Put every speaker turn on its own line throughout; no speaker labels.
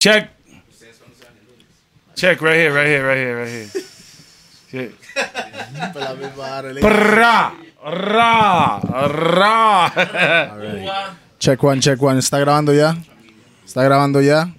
Check. Check right here, right here, right here, right here. Check.
Para la misma vara, el-
Ra, ra, ra.
Check one, check one. ¿Está grabando ya? ¿Está grabando ya?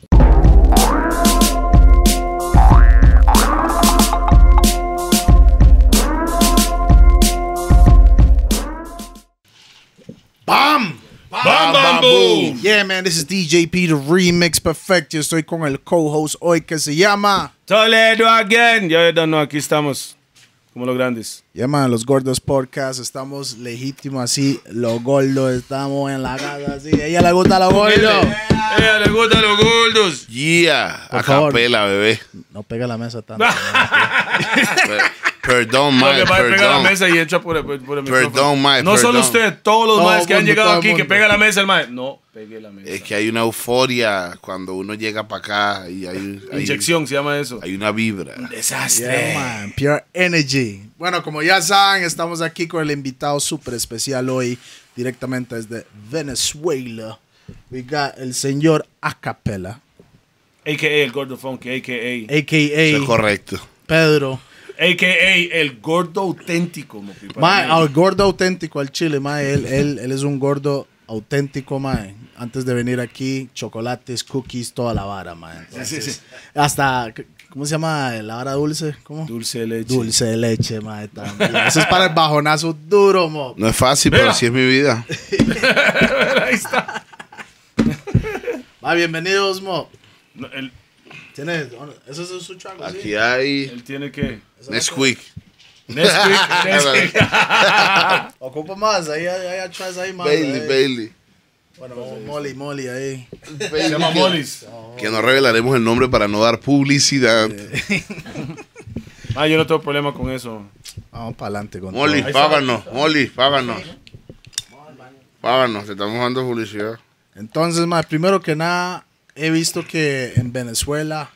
¡Bam!
Bam, bam, boom.
Yeah, man, this is DJP, the remix perfect. Yo estoy con el co-host hoy que se llama...
Toledo again. Ya, ya, no, aquí estamos. Como los grandes.
Llaman a los gordos podcast, estamos legítimos así, los gordos, estamos en la casa así, a ella le gusta los gordos.
Eh, le gustan los gordos.
Yeah, a
favor.
capela, bebé.
No pega la mesa tanto.
Per- Perdón,
Porque
mae,
va a pegar la
perdón.
mesa y entra por el, por el micrófono.
Perdón, mae,
No solo
perdón.
usted, todos los
Todo
maes que han
mundo,
llegado
todo
aquí que
mundo.
pega la mesa, el mae. No, pegue la mesa.
Es que hay una euforia cuando uno llega para acá y hay, hay-
Inyección se llama eso.
hay una vibra.
Desastre.
Yeah, man, pure energy. Bueno, como ya saben, estamos aquí con el invitado súper especial hoy, directamente desde Venezuela. We got el señor Acapella,
AKA el gordo funky, AKA.
Eso es
a.k.a.
correcto.
Pedro.
AKA el gordo auténtico. mo, pipa.
Mae, al gordo auténtico al chile, mae. Él, él, él es un gordo auténtico, mae. Antes de venir aquí, chocolates, cookies, toda la vara, mae. Entonces, Hasta, ¿cómo se llama? La vara dulce, ¿cómo?
Dulce
ah.
de leche.
Dulce de leche, mae. También. Eso es para el bajonazo duro, mo.
No es fácil,
Mira.
pero así es mi vida.
Ahí está.
Va, bienvenidos, mo.
No, él,
¿Tienes? ¿Eso es su chango?
Aquí ¿eh? hay
él tiene que.
Nesquik.
Nesquik, Nesquik.
Ocupa más, ahí, ahí, ahí atrás, ahí, más.
Bailey,
ahí.
Bailey.
Bueno, Molly, Molly, ahí.
Se llama Mollis.
Que no revelaremos el nombre para no dar publicidad.
Ah, yo no tengo problema con eso.
Vamos para adelante con
Molly,
todo.
páganos. Molly, páganos. Páganos, te estamos dando publicidad.
Entonces, mae, primero que nada, he visto que en Venezuela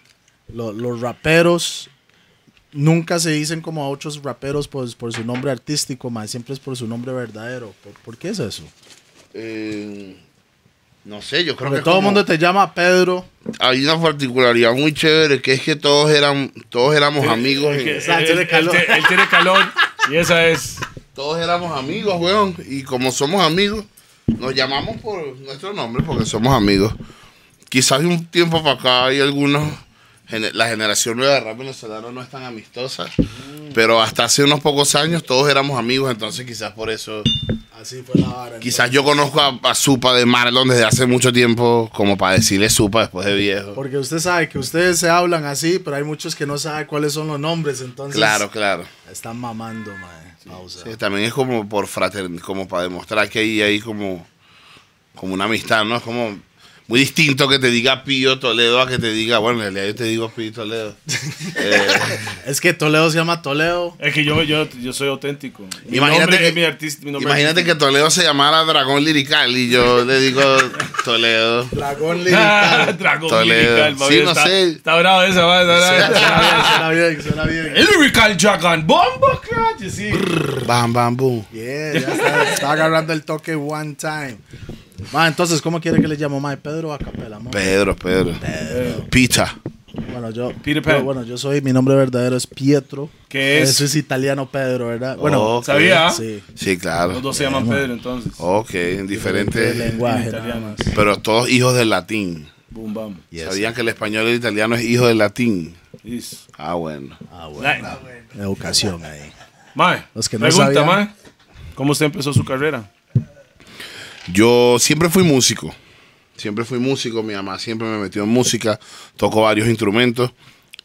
lo- los raperos nunca se dicen como a otros raperos por, por su nombre artístico, mae, siempre es por su nombre verdadero. ¿Por, por qué es eso?
Eh, no sé, yo creo
Porque
que
todo el
como-
mundo te llama Pedro.
hay una particularidad muy chévere que es que todos eran todos éramos amigos en-
Él,
sea, tiene
él-
calor.
él- él tiene calor y esa es.
todos éramos amigos weón y como somos amigos nos llamamos por nuestro nombre porque somos amigos quizás de un tiempo para acá hay algunos gene- la generación nueva de rap venezolano no es tan amistosa pero hasta hace unos pocos años todos éramos amigos entonces quizás por eso
Así fue la vara.
quizás yo conozco a, a Supa de Marlon desde hace mucho tiempo como para decirle Supa después de viejo
Porque usted sabe que ustedes se hablan así, pero hay muchos que no saben cuáles son los nombres, entonces
claro claro
están mamando, mae. Pausa.
Sí, también es como por fraternidad, como para demostrar que ahí hay como, como una amistad, ¿no? Es como muy distinto que te diga Pío Toledo a que te diga, bueno, en realidad yo te digo Pío Toledo. Eh,
Es que Toledo se llama Toledo.
Es que yo, yo, yo soy auténtico. Mi
imagínate
nombre
que,
es mi artista. Mi nombre
imagínate que Toledo se llamara Dragón Lirical y yo le digo Toledo.
Dragón
Ah,
lirical.
Dragón
Toledo.
Lirical,
Sí,
Fabio,
no
está,
sé.
Está bravo esa, va, está bravo esa.
suena bien, suena bien, suena bien.
El Lirical Dragon Bomba, claro, sí.
Bam, bam, boom.
Yeah, ya está, está agarrando el toque one time. Ma, entonces, ¿cómo quiere que le llamo, mae? Pedro o Acapela, mo?
Pedro, Pedro. Pita.
Bueno, yo,
Peter Pan.
yo- bueno, yo soy, mi nombre verdadero es Pietro.
¿Qué es?
Eso es italiano, Pedro, ¿verdad? Bueno,
Ok.
¿Sabía?
sí.
Sí,
Los
claro.
dos se llaman Pedro, entonces.
Ok,
El
diferente.
lenguaje, nada
Italiano.
más.
Pero todos hijos del latín.
Boom, bam.
¿Sabían que el español y el italiano es hijo del latín?
Yes.
Ah, bueno.
Ah, bueno.
Like.
Educación ahí.
Mae,
Los que no
pregunta,
sabían.
mae. ¿Cómo usted empezó su carrera?
Yo siempre fui músico. Siempre fui músico. Mi mamá siempre me metió en música. Toco varios instrumentos.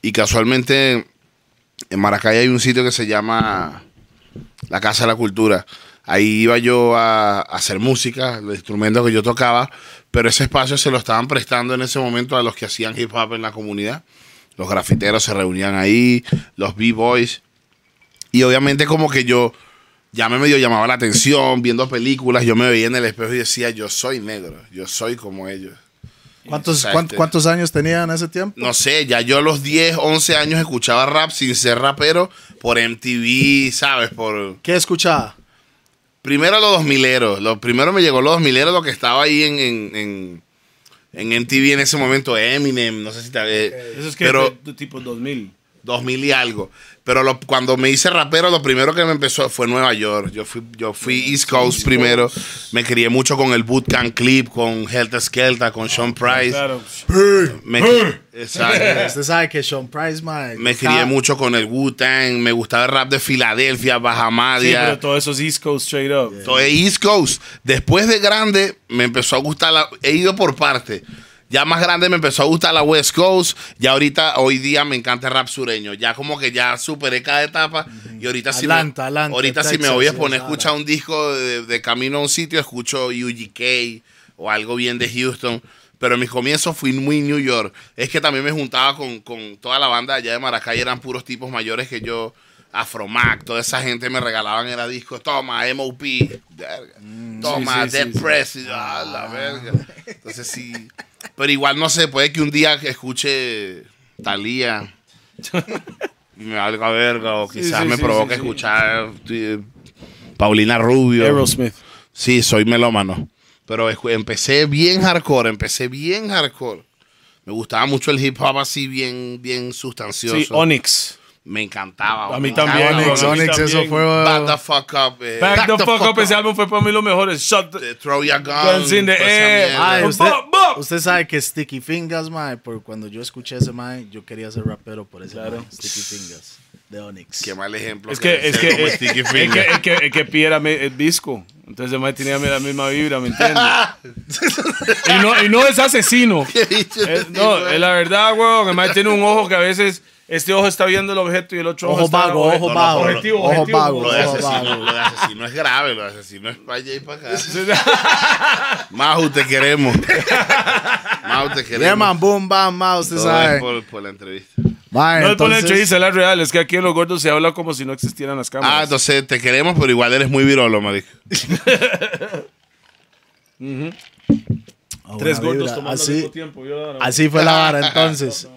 Y casualmente en Maracay hay un sitio que se llama la Casa de la Cultura. Ahí iba yo a, a hacer música, los instrumentos que yo tocaba, pero ese espacio se lo estaban prestando en ese momento a los que hacían hip hop en la comunidad. Los grafiteros se reunían ahí, los b-boys. Y obviamente como que yo ya me medio llamaba la atención, viendo películas, yo me veía en el espejo y decía, yo soy negro, yo soy como ellos.
¿Cuántos,
Exacto.
cuán- ¿Cuántos años tenía en ese tiempo?
No sé, ya yo a los 10, 11 años escuchaba rap sin ser rapero por MTV, ¿sabes? Por...
¿Qué escuchaba?
Primero los 2000 Lo primero me llegó los 2000 lo que estaba ahí en, en, en, En MTV en ese momento Eminem, no sé si te... eh,
Eso es que
pero
de- de tipo 2000.
2000 y algo. Pero lo- cuando me hice rapero, lo primero que me empezó fue Nueva York. Yo fui, yo fui East Coast primero. Me crié mucho con el Bootcamp Clip, con Helter Skelter, con Sean Price.
Ah, Claro.
pues, Me, Exacto.
Usted sabe que Sean Price, mae,
Me
cada-
crié mucho con el Wu-Tang, me gustaba el rap de Filadelfia,
Sí,
Bajamadia,
pero todo eso es East Coast straight up.
todo el East Coast. Después de grande me empezó a gustar, la, he ido por parte. Ya más grande me empezó a gustar la West Coast, ya ahorita, hoy día me encanta el rap sureño. Ya como que ya superé cada etapa y ahorita si
Atlanta,
me,
Atlanta,
ahorita si me
Texas,
voy a
sí,
poner a
esa
escuchar un disco de, de camino a un sitio, escucho UGK o algo bien de Houston. Pero en mis comienzos fui muy New York. Es que también me juntaba con, con toda la banda allá de Maracay. Eran puros tipos mayores que yo. Afromac, toda esa gente me regalaban era disco. Toma, MOP. verga. Toma,
sí, sí,
Dead
sí.
President. ah, la verga. Entonces sí. Pero igual no sé, puede que un día que escuche Talía y me valga verga. O
Sí,
quizás
sí,
me
sí,
provoque
sí, sí.
escuchar eh, Paulina Rubio.
Aerosmith.
Sí, soy melómano. Pero escu- empecé bien hardcore, empecé bien hardcore. Me gustaba mucho el hip hop así bien, bien sustancioso.
Sí, Onyx.
Me encantaba.
A mí
me
también,
encantaba.
Onyx,
Ah,
Onyx,
también.
eso fue.
Back the fuck up. eh,
Back the fuck up, ese álbum fue para mí lo mejor. es Shut the...
eh, Throw your gun.
Guns eh, in the
toda esa
air.
mierda.
Ay,
Ba,
usted,
ba.
usted sabe que Sticky Fingers, mae, por cuando yo escuché ese mae, yo quería ser rapero por ese mae, Sticky Fingers de Onyx.
Qué mal ejemplo.
Es que, es que,
como
es
Sticky
que, es
Finger.
que, es que, Pi era mi- el disco. Entonces el man tenía la misma vibra, ¿me entiendes? y, no, y no es asesino. Es- eh, no, es la verdad, weón. El man tiene un ojo que a veces este ojo está viendo el objeto y el otro ojo,
Ojo
está
vago,
ojo-
ojo
no,
vago.
objetivo,
Ojo
objetivo.
vago.
Lo de
Ojo
asesino,
vago.
lo de asesino es grave, lo de asesino es para allá y para acá. Mau, te queremos. Mau, te queremos.
Yeah, man, boom, bam, mae, usted
Todo pues. es
sabe.
por, por la entrevista.
Mae,
No es por el
entonces-
hecho dice la real, es que aquí en los gordos se habla como si no existieran las cámaras.
Ah, entonces te queremos, pero igual eres muy virolo, marico.
Ah,
Tres
buena
gordos
vibra.
tomando al mismo
Así,
tiempo. Yo, no, no.
así fue la vara entonces.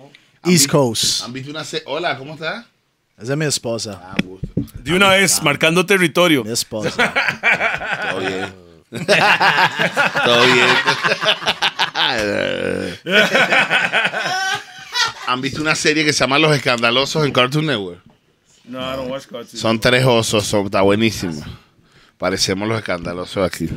East Coast.
¿Han visto una se- Hola, ¿cómo estás?
Esa es mi esposa.
Ah, gusto.
De una
Ah,
vez, marcando territorio.
Mi esposa.
Todo bien. Todo bien. ¿Han visto una serie que se llama Los Escandalosos en Cartoon Network?
No, I don't watch cartoons.
Son tres osos, son- está buenísimo. Parecemos los escandalosos aquí.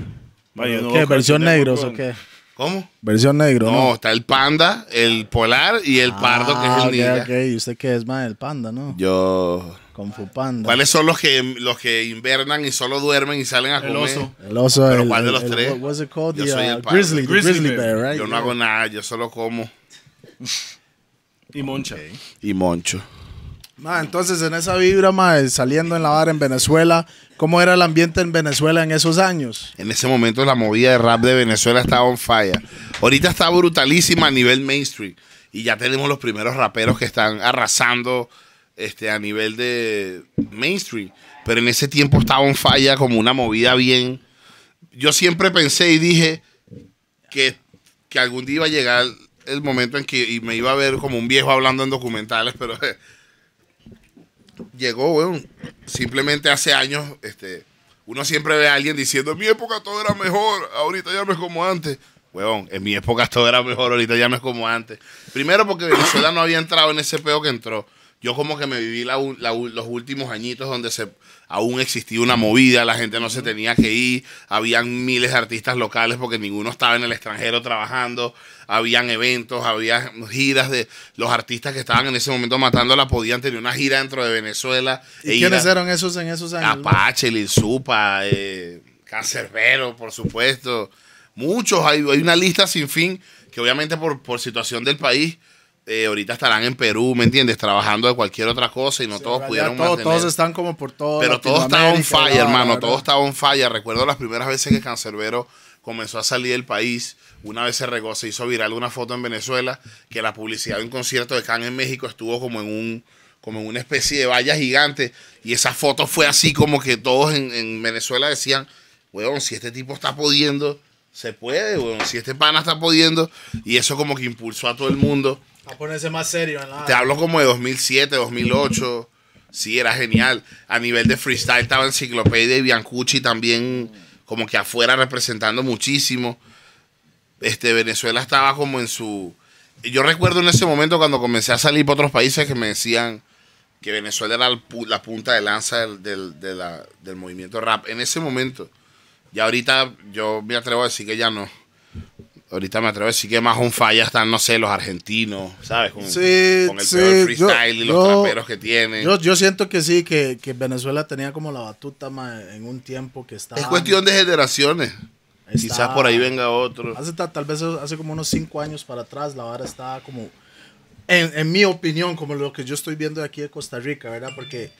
Man, yo no
¿Qué?
veo
¿Versión
Cartoon
negros o
Network,
qué?
¿Cómo?
¿Versión negro?
No, está el panda, el polar y el pardo, que es el
Ah, ok,
ninja.
ok. ¿Y usted qué es, mae? El panda, ¿no?
Yo.
Con Fu Panda.
¿Cuáles son los que, los que invernan y solo duermen y salen a
El
comer?
oso.
El oso.
¿Pero
el,
cuál de los
el-
tres?
what- what's it called?
Yo
The,
soy
uh,
el padre.
grizzly, the
Grizzly
grizzly,
bear.
bear, right?
Yo no hago nada, yo solo como
Y Moncha.
y moncho.
Ma, entonces, en esa vibra, ma, saliendo en la vara en Venezuela, ¿cómo era el ambiente en Venezuela en esos años?
En ese momento la movida de rap de Venezuela estaba on fire. Ahorita está brutalísima a nivel mainstream. Y ya tenemos los primeros raperos que están arrasando este, a nivel de mainstream. Pero en ese tiempo estaba on fire como una movida bien. Yo siempre pensé y dije que, que algún día iba a llegar el momento en que y me iba a ver como un viejo hablando en documentales, pero llegó, weón. Simplemente hace años, este, uno siempre ve a alguien diciendo, en mi época todo era mejor, ahorita ya no es como antes. Weón, en mi época todo era mejor, ahorita ya no es como antes. Primero porque Venezuela no había entrado en ese peo que entró. Yo como que me viví la u- la u- los últimos añitos donde se, aún existía una movida, la gente no se tenía que ir, habían miles de artistas locales porque ninguno estaba en el extranjero trabajando, habían eventos, había giras de los artistas que estaban en ese momento matándola, podían tener una gira dentro de Venezuela.
¿Y
e ir
quiénes
a-
eran esos en esos
Ah,
años? ma?
Apache, Lil Supa, eh, Cancerbero, por supuesto. Muchos, hay, hay una lista sin fin que obviamente por, por situación del país, eh, ahorita estarán en Perú, ¿me entiendes? Trabajando de cualquier otra cosa y no todos
Allá
pudieron
todo-
mantener.
Todos están como por todo.
Pero todo estaba on
Latinoamérica,
fire,
la-
hermano.
la-
Todo estaba on fire. Recuerdo las primeras veces que Cancerbero comenzó a salir del país. Una vez se regó, se hizo viral una foto en Venezuela que la publicidad de un concierto de Can en México estuvo como en un como en una especie de valla gigante y esa foto fue así como que todos en, en Venezuela decían, weón, si este tipo está pudiendo, se puede, weón, si este pana está pudiendo y eso como que impulsó a todo el mundo.
A ponerse más serio en la-
Te hablo como de 2007, 2008. Sí, era genial. A nivel de freestyle estaba Enciclopedia y Biancucci también como que afuera representando muchísimo. este, Venezuela estaba como en su... Yo recuerdo en ese momento cuando comencé a salir para otros países que me decían que Venezuela era el pu- la punta de lanza del, del- de la- del movimiento rap. En ese momento, ya ahorita yo me atrevo a decir que ya no. Ahorita me atrevo a decir que más un falla están, no sé, los argentinos, ¿sabes? Con,
Sí,
con el
sí,
peor
yo-
freestyle y los
yo-
traperos que tienen.
Yo, yo siento que sí, que, que Venezuela tenía como la batuta ma, en un tiempo que estaba.
es cuestión de generaciones.
Está-
Quizás por ahí venga otro.
Hace ta- tal vez hace como unos cinco años para atrás, la vara estaba como, en, en mi opinión, como lo que yo estoy viendo de aquí de Costa Rica, ¿verdad? Porque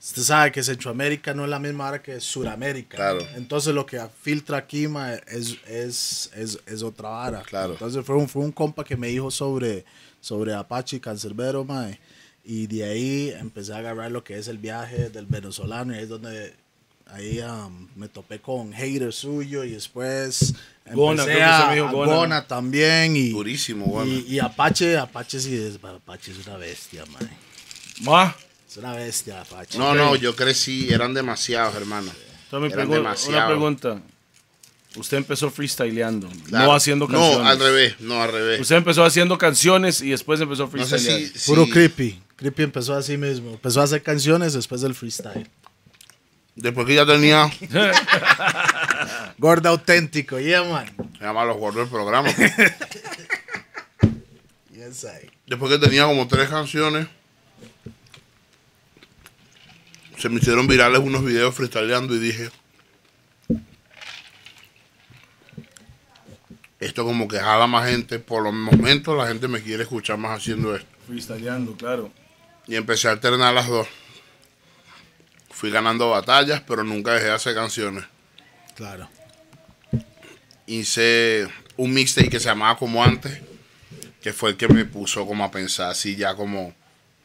usted sabe que Centroamérica no es la misma vara que Suramérica.
Claro.
Entonces lo que filtra aquí ma, es, es, es, es otra vara.
Claro.
Entonces fue un, fue un compa que me dijo sobre, sobre Apache y Cancerbero, mae, y de ahí empecé a agarrar lo que es el viaje del venezolano, y ahí es donde ahí um, me topé con hater suyo, y después
Gona,
empecé
creo que se
a-
me dijo
a
Gona,
Gona
¿no?
también, y,
Durísimo, bueno.
y, y Apache, Apache sí es, Apache es una bestia, mae.
Ma,
Es una bestia, Apache.
No, no, yo crecí, eran demasiados, hermano.
entonces me
Eran
pregun- una
demasiados.
pregunta. Usted empezó freestyleando,
Claro.
no haciendo canciones.
No, al revés, no, al revés.
Usted empezó haciendo canciones y después empezó
no sé
freestyleando.
si, si-
Puro creepy. Creepy empezó así mismo. Empezó a hacer canciones después del freestyle.
Después que ya tenía,
Gorda auténtico, yeah, man.
se llama los gordos del programa.
Yes, I.
Después que tenía como tres canciones, se me hicieron virales unos videos freestyleando y dije, esto como que jala más gente, por los momentos la gente me quiere escuchar más haciendo esto.
Freestyleando, claro.
Y empecé a alternar las dos. Fui ganando batallas, pero nunca dejé de hacer canciones.
Claro.
hice un mixtape que se llamaba Como Antes, que fue el que me puso como a pensar así ya como,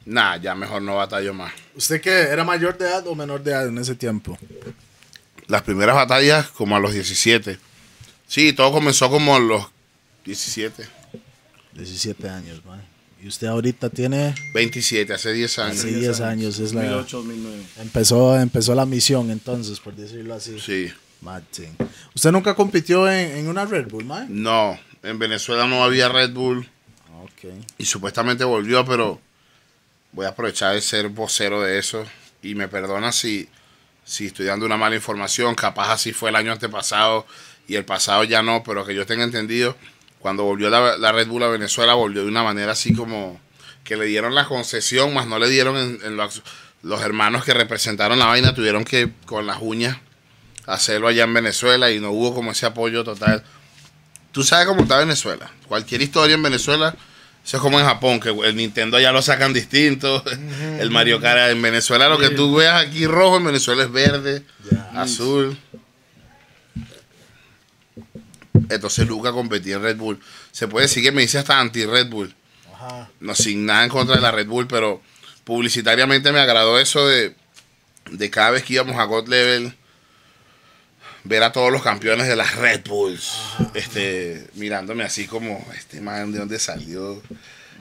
nah, ya mejor no batallo más.
¿Usted qué? ¿Era mayor de edad o menor de edad en ese tiempo?
Las primeras batallas como a los 17. Sí, todo comenzó como a los 17,
17 años, man. Y usted ahorita tiene
27, hace 10 años.
hace 10 años. Es la
2008, 2009.
empezó, empezó la misión entonces, por decirlo así.
Sí.
Mad thing. ¿Usted nunca compitió en, en una Red Bull, man?
No, en Venezuela no había Red Bull
Ok.
y supuestamente volvió, pero voy a aprovechar de ser vocero de eso y me perdona si, si estoy dando una mala información, capaz así fue el año antepasado y el pasado ya no, pero que yo tenga entendido, cuando volvió la, la Red Bull a Venezuela volvió de una manera así como que le dieron la concesión, más no le dieron en, en los, los hermanos que representaron la vaina, tuvieron que con las uñas hacerlo allá en Venezuela y no hubo como ese apoyo total. Tú sabes cómo está Venezuela. Cualquier historia en Venezuela, eso es como en Japón, que el Nintendo allá lo sacan distinto. El Mario Kart en Venezuela, lo que tú veas aquí rojo en Venezuela es verde, azul. Entonces Luca competía en Red Bull. Se puede decir que me hice hasta anti-Red Bull
Ajá.
no sin nada en contra de la Red Bull, pero publicitariamente me agradó eso de, de cada vez que íbamos a God Level ver a todos los campeones de las Red Bulls, este, mirándome así como este man de dónde salió,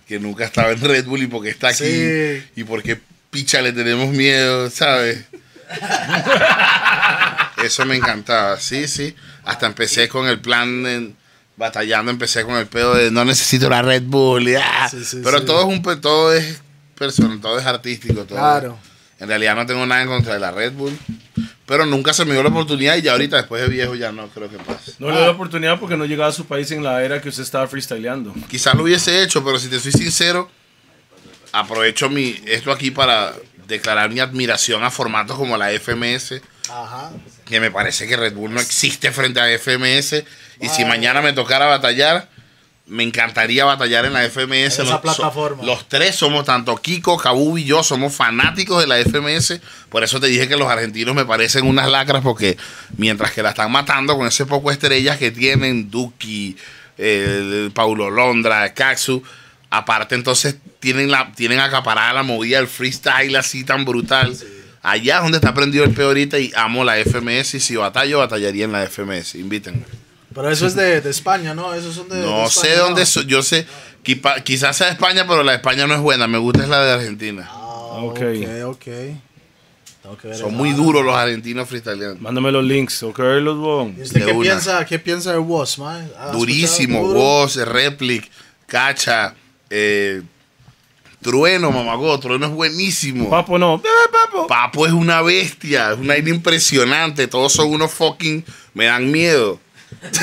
que nunca estaba en Red Bull y porque está aquí
Sí.
y porque picha le tenemos miedo, ¿sabes? Eso me encantaba, sí, sí. Hasta empecé con el plan en- batallando, empecé con el pedo de no necesito la Red Bull. y, ah.
Sí, sí,
Pero
sí.
todo es un pe- todo es personal, todo es artístico, todo.
Claro.
En realidad no tengo nada en contra de la Red Bull. Pero nunca se me dio la oportunidad y ya ahorita después de viejo ya no creo que pase.
No le
Ah.
dio la oportunidad porque no llegaba a su país en la era que usted estaba freestyleando.
Quizás lo hubiese hecho, pero si te soy sincero, aprovecho mi esto aquí para declarar mi admiración a formatos como la FMS.
Ajá.
que me parece que Red Bull no existe frente a FMS. Y si mañana me tocara batallar, me encantaría batallar en la FMS.
En esa
Los- so-
plataforma.
los tres somos, tanto Kiko, Kabu y yo, somos fanáticos de la FMS. Por eso te dije que los argentinos me parecen unas lacras, porque mientras que la están matando con ese poco de estrellas que tienen, Duki, el Paulo Londra, Katsu, aparte entonces tienen, la, tienen acaparada la movida del freestyle así tan brutal. Allá es donde está prendido el peor ahorita y amo la FMS. Y si batallo, batallaría en la FMS. Invítenme.
Pero eso es de, de España, ¿no? Esos son de. de
No sé
España,
dónde, so- yo sé, quipa- quizás sea de España, pero la de España no es buena, me gusta es la de Argentina.
Ah,
Ok.
ok, ok. Ah, Tengo que ver Ah,
Son
esa
muy
vara.
duros los argentinos freestyleando.
Mándame los links, ok, los bon.
¿Y usted
De
qué
una.
piensa, qué piensa de Woz, mae? ¿Ha escuchado
Durísimo,
duro?
voz, replic, cacha, eh, trueno, mamagó, trueno es buenísimo.
Papo no. Eh, papo.
Papo es una bestia, es una aire impresionante. Todos son unos fucking. Me dan miedo. es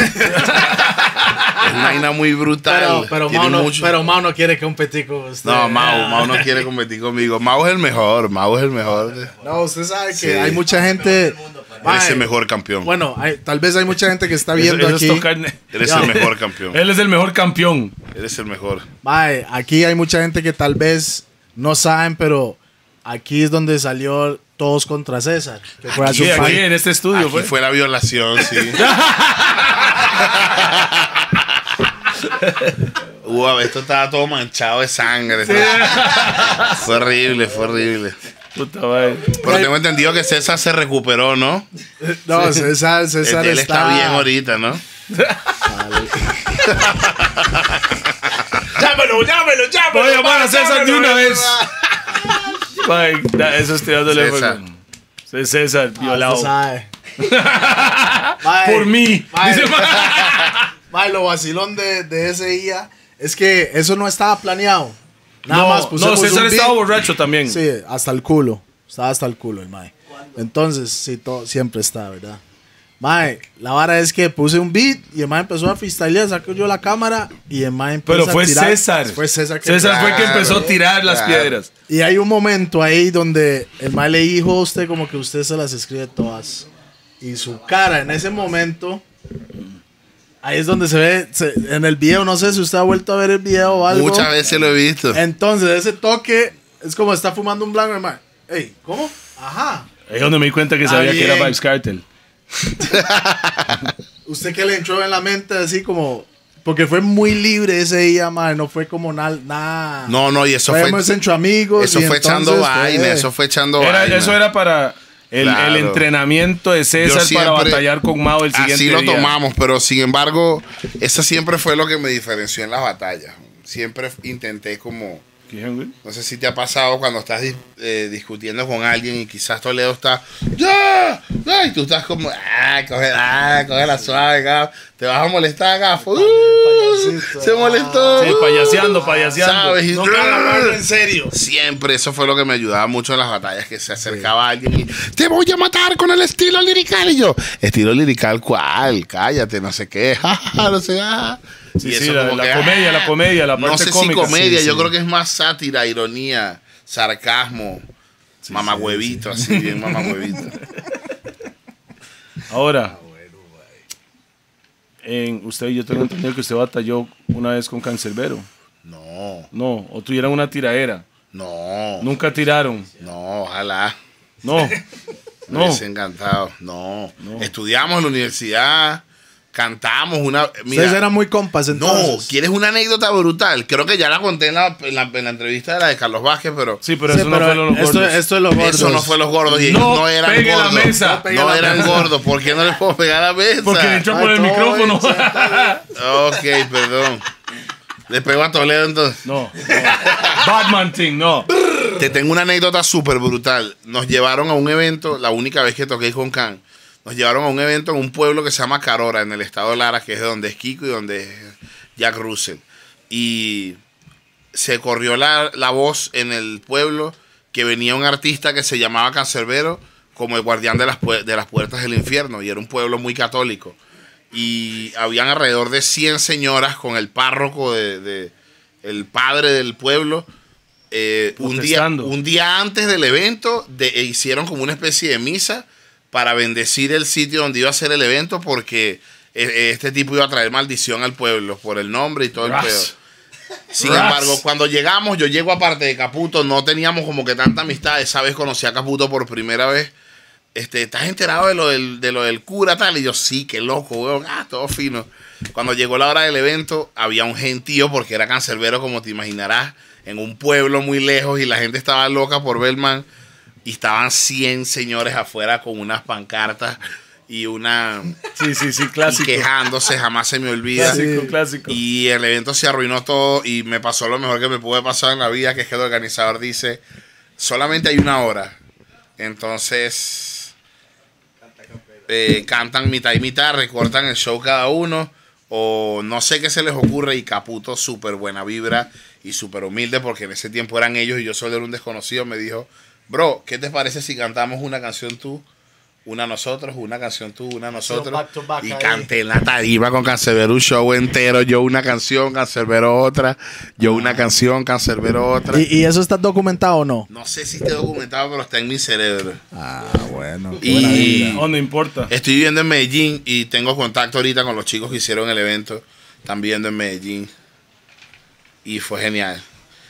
una vaina muy
Pero,
brutal.
pero,
Tiene
Mao no,
mucho-
pero Eh. Mao no quiere que un petico usted.
No, Mau, Mau no quiere competir conmigo. Mau es el mejor, Mau es el mejor.
No, usted sabe que
Sí.
hay mucha gente.
Eres
Mae,
el mejor campeón.
Bueno, hay- tal vez hay mucha gente que está
Eso-
viendo
eso es
aquí.
tocar-
Eres
ya. Eh.
el mejor campeón.
Él es el mejor campeón.
Eres el mejor.
Mae, aquí hay mucha gente que tal vez no saben, pero aquí es donde salió Todos contra César. que fue hace
Sí,
un par-
aquí en este estudio,
Aquí
fue.
pues.
fue la violación, sí. Uy, esto estaba todo manchado de sangre. ¿no? Fue horrible, fue horrible.
Puta madre.
Pero tengo entendido que César se recuperó, ¿no?
No, César,
Él,
César
él
está,
está bien ahorita, ¿no?
Llámelo, llámelo, llámelo.
Voy a llamar a César de una vez. Mae, da- eso estoy dándole
César.
fuego. Sí, César,
Usted
violado.
sabe. Mae,
Por mí.
mae.
Dice, mae.
Mae, lo vacilón de, de ese día es que eso no estaba planeado. Nada
no,
más pusimos
no, César
un beat.
estaba borracho también.
Sí, hasta el culo. Estaba hasta el culo el mae. Entonces, sí, todo, siempre está, ¿verdad? Mae, la vara es que puse un beat y el mae empezó a freestylear, saco yo la cámara y el mae empezó
Pero
a
fue
tirar.
César.
Fue César que-
fue que
Claro,
empezó a tirar las
claro.
piedras.
Y hay un momento ahí donde el mae le dijo a usted como que usted se las escribe todas. Y su cara en ese momento... Ahí es donde se ve, se- en el video, no sé si usted ha vuelto a ver el video o algo.
Muchas veces lo he visto.
Entonces, ese toque es como está fumando un blanco, hermano. Ey, ¿cómo? Ajá.
Ahí es donde me di cuenta que
Ah,
sabía que era
bien.
Vibes Cartel.
¿Usted qué le entró en la mente así como.? Porque fue muy libre ese día, madre. No fue como na- nada.
No, no, y eso fue.
Fuimos entre amigos.
Eso
y
fue
entonces eh,
echando vaina,
fue-
eso fue echando
Era-
vaina.
eso era para el,
Claro.
el entrenamiento de César
Yo siempre-
para batallar con Mao el siguiente
Así lo
día.
tomamos, pero sin embargo, eso siempre fue lo que me diferenció en las batallas. Siempre intenté como.
¿Quién, güey?
No sé si te ha pasado cuando estás dis- eh, discutiendo con alguien y quizás Toledo está. ¡Ya! ¡Ya! Y tú estás como. ¡Ah! Coge, ah, coge la suave, gaf. Te vas a molestar, gafo. ¡Uh!
payasito.
se molestó.
Sí,
¡Uh!
payaseando, payaseando.
¿Sabes? Y-
Nunca van a hablarlo en
serio.
Siempre eso fue lo que me ayudaba mucho en las batallas, que se acercaba alguien y te voy a matar con el estilo lirical. Y yo, estilo lirical, ¿cuál? Cállate, no sé qué. ja, ja, ja, no sé. ah".
Sí,
Y
sí,
eso
la,
como
la
que,
comedia,
ah.
la comedia, la parte
no sé
cómica.
si comedia,
Sí,
yo
sí.
creo que es más sátira, ironía, sarcasmo, mamagüevito, así bien mamagüevito.
Ahora, en usted, yo tengo entendido que usted batalló una vez con Cancerbero.
No,
No, o tuvieron una tiradera.
no, no,
Nunca tiraron.
ojalá.
No,
Me
No.
hubiese encantado. No. Estudiamos en la universidad, cantamos una. mira,
Ustedes eran muy compas
no,
entonces.
¿quieres una anécdota brutal? Creo que ya la conté en la, en la- en la entrevista de la de Carlos Vázquez, pero
sí, pero
Sí,
eso no
pero
fue lo
esto,
gordos.
esto es lo gordo.
eso no fue los gordos y ellos
No
no, eran
pegue la
gordos.
mesa.
No,
No pegue
la
eran
mesa.
gordos. ¿Por qué no les puedo pegar a la mesa?
Porque le entró por el
Ay, todo
micrófono.
bien, chaval.
Ok, perdón. Le pego a Toledo entonces.
No, no. Batman Thing, no.
Te tengo una anécdota súper brutal. Nos llevaron a un evento, la única vez que toqué con Can, nos llevaron a un evento en un pueblo que se llama Carora, en el estado de Lara, que es de donde es Kiko y donde es Jack Russell. Y se corrió la, la voz en el pueblo que venía un artista que se llamaba Cancerbero como el guardián de las, pue- de las puertas del infierno, y era un pueblo muy católico. Y habían alrededor de 100 señoras con el párroco, de, de- el padre del pueblo, eh, un, día,
Protestando.
un día antes del evento de, e hicieron como una especie de misa para bendecir el sitio donde iba a ser el evento porque eh, este tipo iba a traer maldición al pueblo por el nombre y todo el
Ras.
pedo. Sin
Ras.
embargo, cuando llegamos, yo llego aparte de Caputo, no teníamos como que tanta amistad. Esa vez conocí a Caputo por primera vez. Este, ¿estás enterado de lo del, de lo del cura tal? Y yo, sí, qué loco, weón. Ah, todo fino. Cuando llegó la hora del evento, había un gentío, porque era cancerbero, como te imaginarás, en un pueblo muy lejos y la gente estaba loca por Bellman. Y estaban 100 señores afuera con unas pancartas y una...
Sí, sí, sí,
y
clásico.
quejándose, jamás se me olvida.
Clásico,
Sí.
clásico.
Y el evento se arruinó todo y me pasó lo mejor que me pude pasar en la vida, que es que el organizador dice, solamente hay una hora. Entonces, eh, cantan mitad y mitad, recortan el show cada uno. O no sé qué se les ocurre. Y Caputo, súper buena vibra y súper humilde, porque en ese tiempo eran ellos y yo solo era un desconocido. Me dijo, bro, ¿qué te parece si cantamos una canción tú? Una nosotros, una canción tú, una nosotros.
back to back
y
ahí.
canté Este, en la tarima con Cancerbero un show entero. Yo una canción, Cancerbero otra. Yo una canción, Cancerbero otra.
¿Y, y eso está documentado o no?
No sé si esté documentado, pero está en mi cerebro.
Ah, bueno.
Y
Oh, no importa.
estoy viviendo en Medellín y tengo contacto ahorita con los chicos que hicieron el evento. Están viviendo en Medellín. Y fue genial.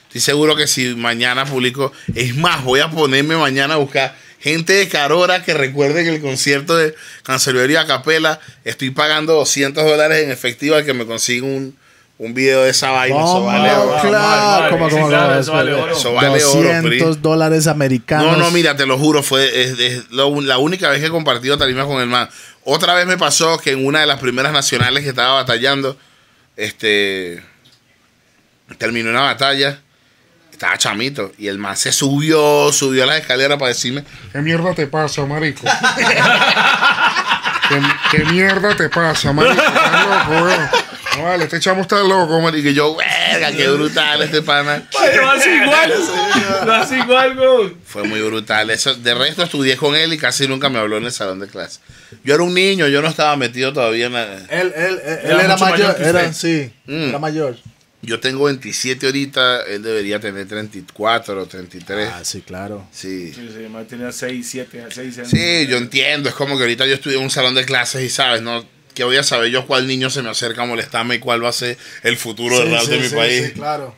Estoy seguro que si mañana publico, es más, voy a ponerme mañana a buscar gente de Carora que recuerde que el concierto de Cancelería Capela estoy pagando 200 dólares en efectivo al que me consiga un, un video de esa vaina. Eso
Vamos,
vale oro.
claro.
vale,
¿Cómo,
sí,
cómo,
claro,
cómo?
eso vale oro.
Eso vale oro,
200
Pri.
pues, dólares americanos.
No, no, mira, te lo juro, fue es, es lo un- la única vez que he compartido tarima con el man. Otra vez me pasó que en una de las primeras nacionales que estaba batallando, este, terminó una batalla, estaba chamito, y el man se subió, subió a las escaleras para decirme,
¿Qué mierda te pasa, marico? ¿Qué, qué mierda te pasa, marico? Estás loco, weón. No vale, este chamo está loco,
y
marico.
que yo, verga, qué brutal este pana.
Lo hace igual. Lo hace igual, güey.
Fue muy brutal. Eso, de resto estudié con él y casi nunca me habló en el salón de clase. Yo era un niño, yo no estaba metido todavía en la...
Él, él, él, él
Era
era,
mucho mayor
mayor.
que
era,
usted.
sí,
Mm.
era mayor.
Yo tengo 27 ahorita, él debería tener 34 o 33.
Ah, sí, claro.
Sí.
Sí, sí, ma, tenía 6, 7, 6 años.
Sí, yo entiendo. Es como que ahorita yo estudié en un salón de clases y sabes, ¿no? Que voy a saber yo cuál niño se me acerca a molestarme y cuál va a ser el futuro del rap de mi país.
claro.
Claro.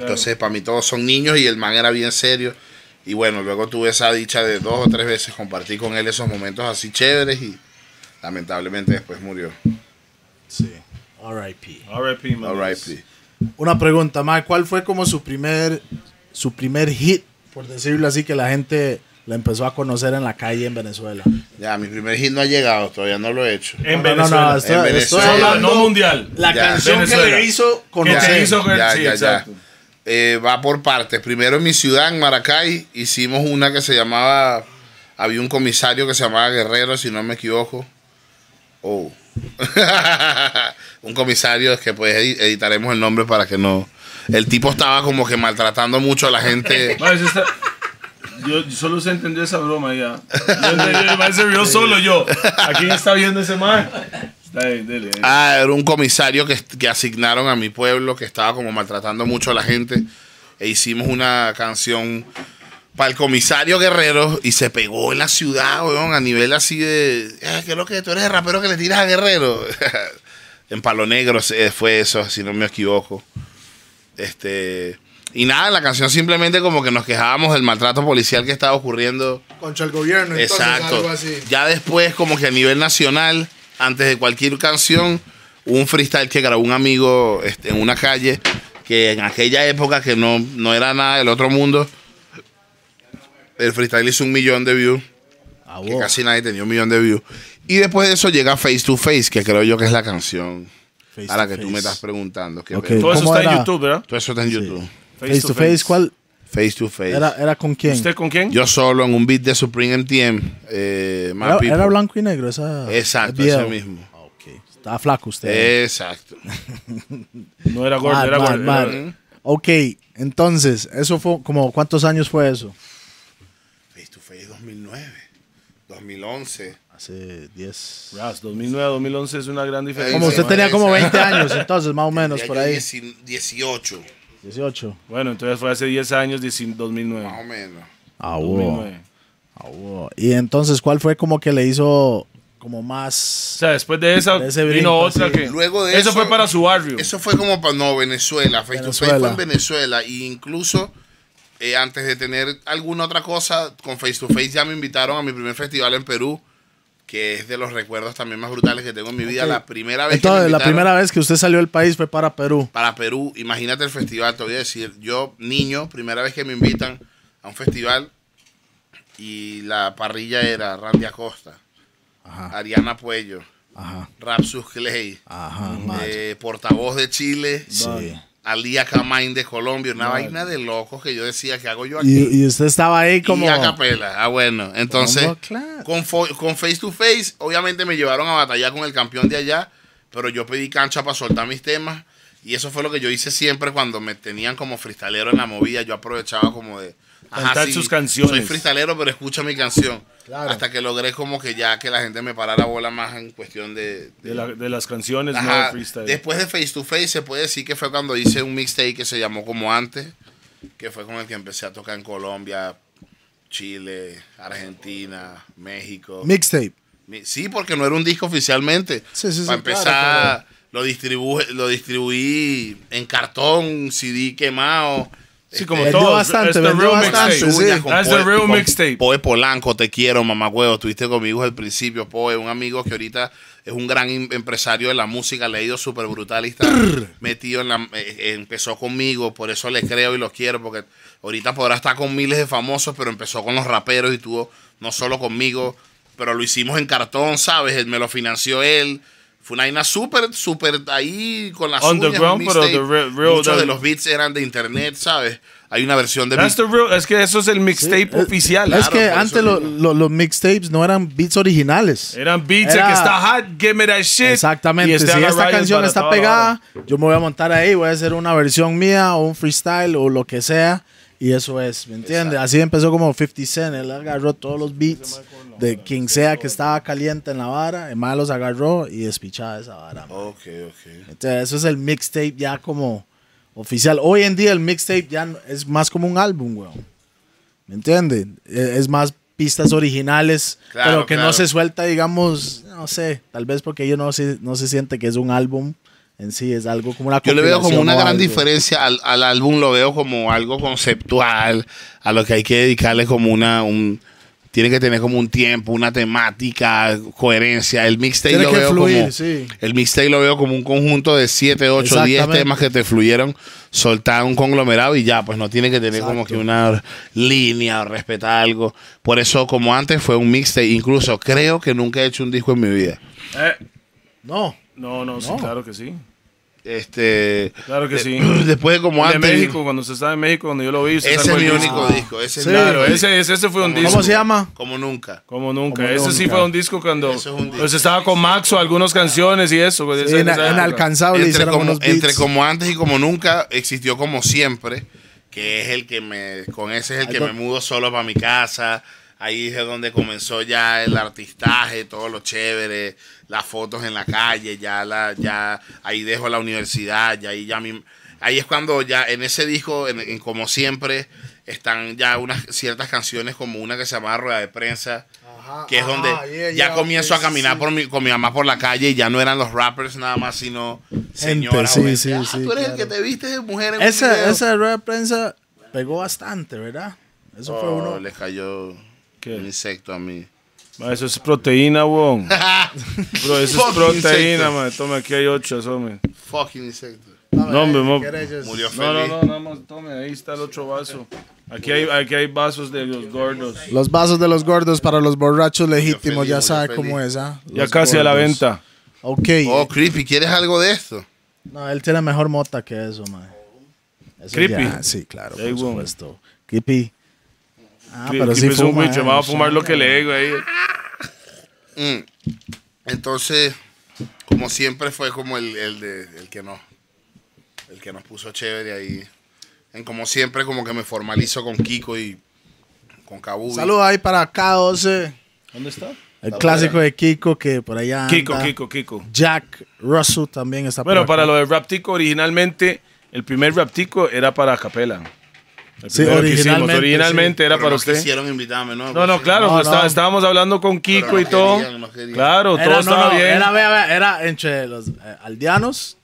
Entonces, para mí todos son niños y el man era bien serio. Y bueno, luego tuve esa dicha de dos o tres veces compartir con él esos momentos así chéveres y lamentablemente después murió.
Sí. R.I.P.
RIP, man.
All right,
pues.
please.
Una pregunta, Mar, ¿cuál fue como su primer, su primer hit, por decirlo así, que la gente la empezó a conocer en la calle en Venezuela?
Ya, mi primer hit no ha llegado, todavía no lo he hecho.
En
No, no, no,
Venezuela.
estoy-
en
estoy
Venezuela.
hablando-
no mundial.
La
Ya,
canción que
Venezuela.
le hizo
que
conocer.
te hizo que
ya,
sí,
ya, ya.
exacto.
Eh, va por partes. Primero en mi ciudad, en Maracay, hicimos una que se llamaba. Había un comisario que se llamaba Guerrero, si no me equivoco. Oh. un comisario que pues edi- editaremos el nombre para que no. El tipo estaba como que maltratando mucho a la gente.
Ma, eso está- Yo yo solo se entendió esa broma ya. Yo entendí, el man se rió solo yo. ¿A quién está viendo ese man? Está ahí, dele. ahí.
Ah, era un comisario que, que asignaron a mi pueblo que estaba como maltratando mucho a la gente. E hicimos una canción para el comisario Guerrero y se pegó en la ciudad, weón, a nivel así de. "Eh, ¿Qué es lo que tú eres el rapero que le tiras a Guerrero? en Palo Negro se- fue eso, si no me equivoco. Este. Y nada, la canción simplemente como que nos quejábamos del maltrato policial que estaba ocurriendo.
Contra el gobierno,
Exacto. Ya después, como que a nivel nacional, antes de cualquier canción, hubo un freestyle que grabó un amigo este, en una calle, que en aquella época que no, no era nada del otro mundo, el freestyle hizo un millón de views,
Ah,
que
wow.
casi nadie tenía un millón de views. Y después de eso llega Face to Face, que creo yo que es la canción
Face
a la
to
que tú
Face.
me estás preguntando. Que
Ok.
Todo eso
¿Cómo
está en
era?
YouTube, ¿verdad?
Todo eso está en YouTube.
Face to face, ¿cuál?
Face to Face.
Era, era con quién?
¿Usted con quién?
Yo solo en un beat de Supreme MTM. eh, Mad
Era,
People.
era blanco y negro, esa.
Exacto,
el video.
ese mismo.
Ah, ok. Estaba flaco usted.
Exacto.
No era gordo,
Mal,
era
mal,
gordo.
mal.
era-
Ok, entonces, eso fue como cuántos años fue eso?
Face to Face 2009, 2011.
Hace 10.
Ras, 2009, 2011 es una gran diferencia.
Como
Sí,
usted
sí,
tenía
sí.
como 20 años, entonces, más o menos,
Ya
por
yo
ahí.
10 18,
18.
Bueno, entonces fue hace 10 años, 19 2009.
más o menos.
Ah,
Oh.
wow.
2009.
Ah, wow. Y entonces, ¿cuál fue como que le hizo como
O
más.
sea, después de esa
De ese
vino
brinco,
otra
sí.
que...
Luego de
eso,
eso-
fue para su barrio.
Eso fue como para no Venezuela, Face to Face fue
Venezuela.
en Venezuela e incluso eh, antes de tener alguna otra cosa con Face to Face ya me invitaron a mi primer festival en Perú, que es de los recuerdos también más brutales que tengo en mi vida. La primera vez que
Entonces,
me
la
invitaron
primera vez que usted salió del país fue para Perú.
para Perú, imagínate el festival, te voy a decir, yo niño, primera vez que me invitan a un festival y la parrilla era Randy Acosta,
Ajá,
Ariana Puello,
ajá,
Rapsus Clay,
ajá. madre.
eh, portavoz de Chile,
Sí.
Alía Camain de Colombia, una vaina de locos que yo decía que hago yo aquí.
Y, y usted estaba ahí como.
Y a capela. Ah, bueno. Entonces,
Como claro.
con, fo- con face to face, obviamente me llevaron a batallar con el campeón de allá, pero yo pedí cancha para soltar mis temas. Y eso fue lo que yo hice siempre cuando me tenían como freestalero en la movida. Yo aprovechaba como de.
Cantar sus canciones.
Soy freestalero, pero escucha mi canción.
Claro.
Hasta que logré como que ya que la gente me parara bola más en cuestión de. de-
De, la- de las canciones, pues, no
Ajá.
de freestyle.
Después de Face to Face se puede decir que fue cuando hice un mixtape que se llamó como antes, que fue con el que empecé a tocar en Colombia, Chile, Argentina, México.
Mixtape.
Mi- sí, porque no era un disco oficialmente.
Sí, sí, sí,
Para
claro,
empezar, Lo, distribu lo distribuí en cartón, CD quemado. este,
sí, como
Vendió
todos.
Eh, bastante,
It's the
vendió
real
bastante,
mixtape.
sí.
uñas con
That's the
Poe-
real
con
mixtape.
Poe Polanco, te quiero, mamá huevo. Estuviste conmigo al principio, Poe, un amigo que ahorita es un gran im- empresario de la música, leído súper brutal y está metido en la. eh, eh, empezó conmigo, por eso le creo y lo quiero, porque ahorita podrá estar con miles de famosos, pero empezó con los raperos y tuvo no solo conmigo, pero lo hicimos en cartón, ¿sabes? Él, me lo financió él. Fue una vaina súper, súper ahí con las uñas,
Underground,
un
pero
mixtape.
the real- real-
Muchos
the-
de los beats eran de internet, ¿sabes? Hay una versión de
That's
beats
the real- es que eso es el mixtape
Eh,
oficial.
Es que
Ah, por eso
antes lo-
digo.
lo- los mixtapes no eran beats originales.
Eran beats, el
Era-
que está hot, give me that shit. Y
Exactamente.
este
Si
haga
esta
rayos
canción
para
está
toda la
pegada,
hora.
yo me voy a montar ahí, voy a hacer una versión mía o un freestyle o lo que sea. Y eso es, ¿me entiendes? Así empezó como 50 Cent. Él agarró todos los beats de quien sea que estaba caliente en la vara. El más los agarró y despichaba esa vara. man.
Ok, ok.
Entonces, eso es el mixtape ya como oficial. Hoy en día el mixtape ya no- es más como un álbum, weón. ¿Me entiendes? E, Es más pistas originales,
Claro,
pero que
claro.
no se suelta, digamos, no sé, tal vez porque ellos no se, no se siente que es un álbum en sí, es algo como una
Yo le veo como
compilación
una
o
gran
algo.
diferencia al, al álbum, lo veo como algo conceptual, a lo que hay que dedicarle como una, un, tiene que tener como un tiempo, una temática, coherencia. El mixtape
Tiene
lo
que
veo
fluir,
como,
sí.
el mixtape lo veo como un conjunto de 7, 8, 10
Exactamente.
temas que te fluyeron, soltar un conglomerado y ya, pues no tiene que tener como
Exacto.
que una línea o respetar algo. Por eso, como antes fue un mixtape, incluso creo que nunca he hecho un disco en mi vida.
Eh,
No,
no, no, sí,
No.
claro que sí.
Este.
Claro que
de-
sí.
Después de como
De
antes.
México, cuando se estaba en México, cuando yo lo vi. se
Ese es
sacó Pues el
mi
disco.
único disco. Ese es mi
Claro,
único
ese, ese, ese fue un disco.
¿Cómo se llama?
disco. Como nunca.
Como nunca.
Como
ese sí
nunca.
fue un disco cuando
Eso es un disco.
pues, estaba con Maxo, algunas canciones y eso. pues,
Sí,
esa-
en,
esa época.
inalcanzable
Entre
hicieron
como,
unos beats.
entre como antes y como nunca existió como siempre, que es el que me. Con ese es el
Ahí
que
va.
me mudo solo para mi casa. Ahí es donde comenzó ya el artistaje, todo lo chévere, las fotos en la calle, ya la, ya ahí dejo la universidad, ya ahí ya mi, ahí es cuando ya en ese disco, en, en como siempre, están ya unas ciertas canciones como una que se llama Rueda de Prensa, que es
ajá,
donde
Ah, yeah,
ya
yeah,
comienzo
ok,
a caminar
sí.
por mi- con mi mamá por la calle y ya no eran los rappers nada más, sino
Gente,
señoras.
sí,
joven.
sí,
Ah,
sí,
tú eres el
claro.
que te viste de mujer en un
Esa,
video.
esa rueda de prensa pegó bastante, ¿verdad? Eso fue
Oh,
uno.
Le cayó
¿Qué?
un insecto a mí.
Ma, eso es proteína, weón. Bro, eso es
Fucking
proteína,
insecto.
man. Toma, aquí hay ocho, eso, man.
Fucking insecto.
No, hombre, mo-
Murió feliz.
No, no, no, nada más, tome, ahí está el otro vaso. Aquí hay, aquí hay vasos de los gordos.
Los vasos de los gordos para los borrachos legítimos,
feliz,
ya
murió
sabe
feliz.
cómo es, ¿ah?
Ya
Los
casi a la
gordos.
venta.
Ok.
Oh, creepy, ¿quieres algo de esto?
No, él tiene mejor mota que eso, man. Eso
Creepy.
ya- Ah, sí, claro,
Ey,
por
weón.
supuesto. Creepy. Ah,
Que-
pero
que
sí
es un
fuma,
bicho,
eh,
vamos a
sí. Ah,
fumar lo que le digo ahí.
Mm. Entonces, como siempre fue como el, el de, el que nos, el que nos puso chévere ahí. En como siempre, como que me formalizo con Kiko y con Kabubi.
Saludos ahí para K12,
¿Dónde está?
el clásico de Kiko que por allá anda.
Kiko, Kiko, Kiko.
Jack Russell también está por
Bueno,
acá.
para lo de Raptico, originalmente, el primer Raptico era para Capela. El
Sí,
primero que hicimos,
originalmente,
originalmente era
Pero
para
no
usted.
quisieron invitarme, ¿no?
No, no,
Pues,
claro,
No,
pues,
no.
está- estábamos hablando con Kiko
no
y todo.
querían, no querían.
Claro,
Era,
todo
no,
estaba
no,
bien.
Era, vea, vea, era entre los eh, aldeanos,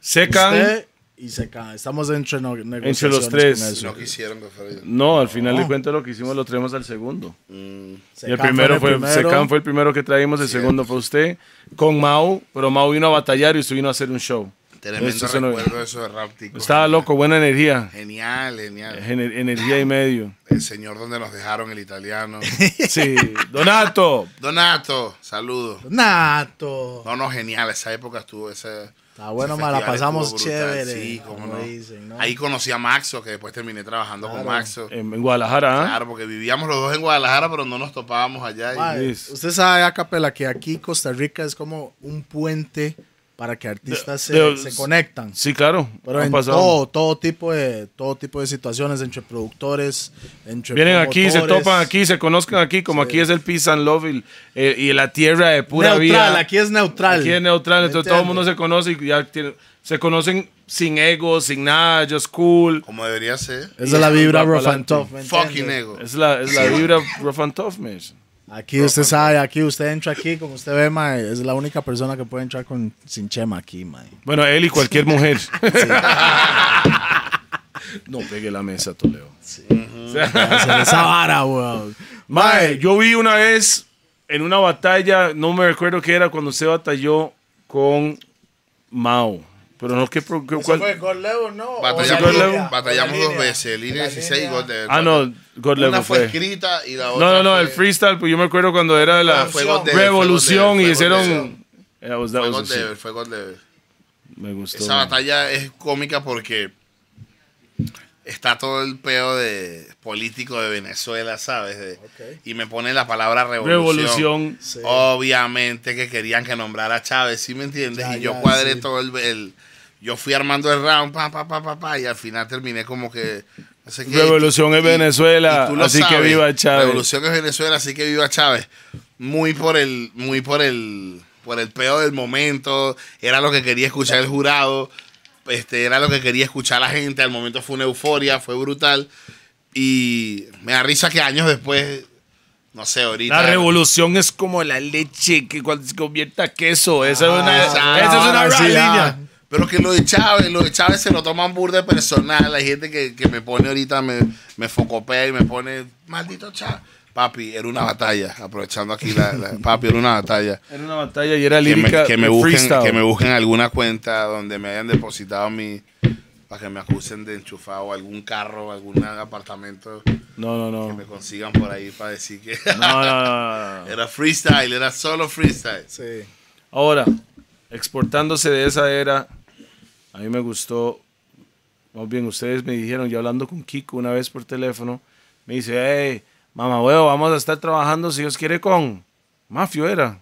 Secan.
usted y Secan. Estamos entre no- negociaciones
los tres.
con
No
eso.
quisieron que fuera yo.
Este, No, al final de
No.
cuentas lo que hicimos lo traemos al segundo.
Mm.
Y el
Secán
primero fue,
primero.
Secán fue el primero que traímos, el segundo fue usted, con Mau, pero Mau vino a batallar y usted vino a hacer un show.
Tremendo
Eso se lo-
recuerdo eso de Raptico.
Estaba loco, Eh. buena energía,
Genial, genial.
Ener- energía y medio.
El señor donde nos dejaron el italiano.
Sí, Donato,
Donato, saludos.
Nato.
No, no, genial. Esa época estuvo, esa,
Está Ah, bueno,
Ese
ma, la
festival
pasamos
estuvo brutal,
chévere,
Sí, cómo
como
no.
dicen, ¿no?
Ahí conocí a Maxo, que después terminé trabajando con Maxo.
En, en Guadalajara, ¿ah?
Claro, porque vivíamos los dos en Guadalajara, pero no nos topábamos allá. y-
Ma,
Luis.
usted sabe, Acapela, que aquí Costa Rica es como un puente para que artistas se,
de-
se conectan.
Sí, claro.
Pero
han
en
pasado.
todo, todo tipo de todo tipo de situaciones entre productores, entre
Vienen aquí, se
promotores.
topan aquí, se conozcan aquí, como aquí es el peace and love y, eh, y la tierra de pura
neutral,
vida.
aquí es neutral.
Aquí es neutral,
¿Me
entonces todo el
entiende?
mundo se conoce y ya tiene- se conocen sin ego, sin nada, just cool.
Como debería ser.
Esa es la vibra
Va
rough and
pa'lante.
tough, ¿me entiende?
Fucking ego.
Es la, es la vibra rough and tough, man.
Aquí usted sabe, aquí usted entra aquí, como usted ve, mae, es la única persona que puede entrar con sin chema aquí, mae.
Bueno, él y cualquier mujer. no pegue la mesa, Toledo.
Hacer esa vara, weón.
Mae, yo vi una vez en una batalla, no me recuerdo qué era, cuando se batalló con Mao. Pero no, ¿qué, pro- qué- cuál?
Gorlevo, ¿no?
Batallamos,
la línea,
batallamos dos veces, línea 16 y gol de-
Ah, no, God
Una
Level
fue,
fue.
escrita y la otra.
No, no, no,
fue-
el freestyle, pues yo me acuerdo cuando era la
Ah, fue God Level,
revolución
fue
y
God
hicieron... That was- that
Fue
was
gol
the shit.
de- fue gol de-
Me gustó.
Esa batalla es cómica porque está todo el peo de político de Venezuela, ¿sabes? De- Y me pone la palabra revolución.
Revolución.
Obviamente que querían que nombrara a Chávez, ¿sí me entiendes?
Ya,
y yo
ya,
cuadré
sí.
todo el, el- Yo fui armando el round, pa, pa, pa, pa, pa, y al final terminé como que. no sé qué.
Revolución
Y-
es Venezuela,
tú lo
así que
sabes.
viva Chávez.
Revolución es Venezuela, así que viva Chávez. Muy por el. Muy por el. Por el peo del momento. Era lo que quería escuchar el jurado. Este, era lo que quería escuchar la gente. Al momento fue una euforia, fue brutal. Y me da risa que años después. No sé, ahorita.
La revolución es como la leche que cuando se convierta a queso. Esa
Ah,
es una,
exacto.
esa es una
Ahora Ah, sí,
rara
ya.
línea.
Pero que lo de Chávez, lo de Chávez se lo toman burda de personal. Hay gente que, que me pone ahorita, me, me focopea y me pone, maldito Chávez. Papi, era una batalla. Aprovechando aquí la. la- papi, era una batalla.
Era una batalla y era
Que me,
lírica
que me
de
busquen,
freestyle.
que me busquen alguna cuenta donde me hayan depositado mi. Para que me acusen de enchufado algún carro, algún apartamento.
No, no, no.
Que me consigan por ahí para decir que.
No, no, no, no, no.
era freestyle, era solo freestyle. Ah,
Sí.
Ahora, exportándose de esa era, a mí me gustó. Más bien, ustedes me dijeron, yo hablando con Kiko una vez por teléfono, me dice, hey, mamá, huevo, vamos a estar trabajando si Dios quiere con Mafio, era.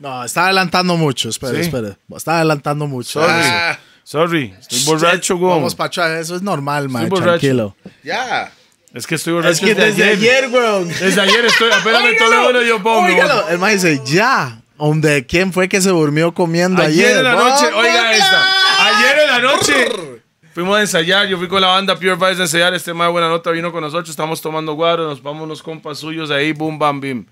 No, está adelantando mucho, espere,
Sí.
espere. Está adelantando mucho.
Sorry.
Ah,
Ah,
Sorry, estoy borracho, güey.
Vamos para atrás, eso es normal, mae,
borracho.
tranquilo.
ya.
Es que estoy borracho desde, ayer.
weón.
Desde ayer estoy, apenas me tomé uno y yo pongo.
Óigalo. El mae dice, ya. Donde, ¿quién fue que se durmió comiendo ayer?
Ayer en la noche,
Vamos,
oiga
mae.
esta. Ayer en la noche fuimos a ensayar, yo fui con la banda Pure Vibes a ensayar, este más buena nota vino con nosotros, estamos tomando guaro, nos vamos unos compas suyos ahí, boom, bam, bim.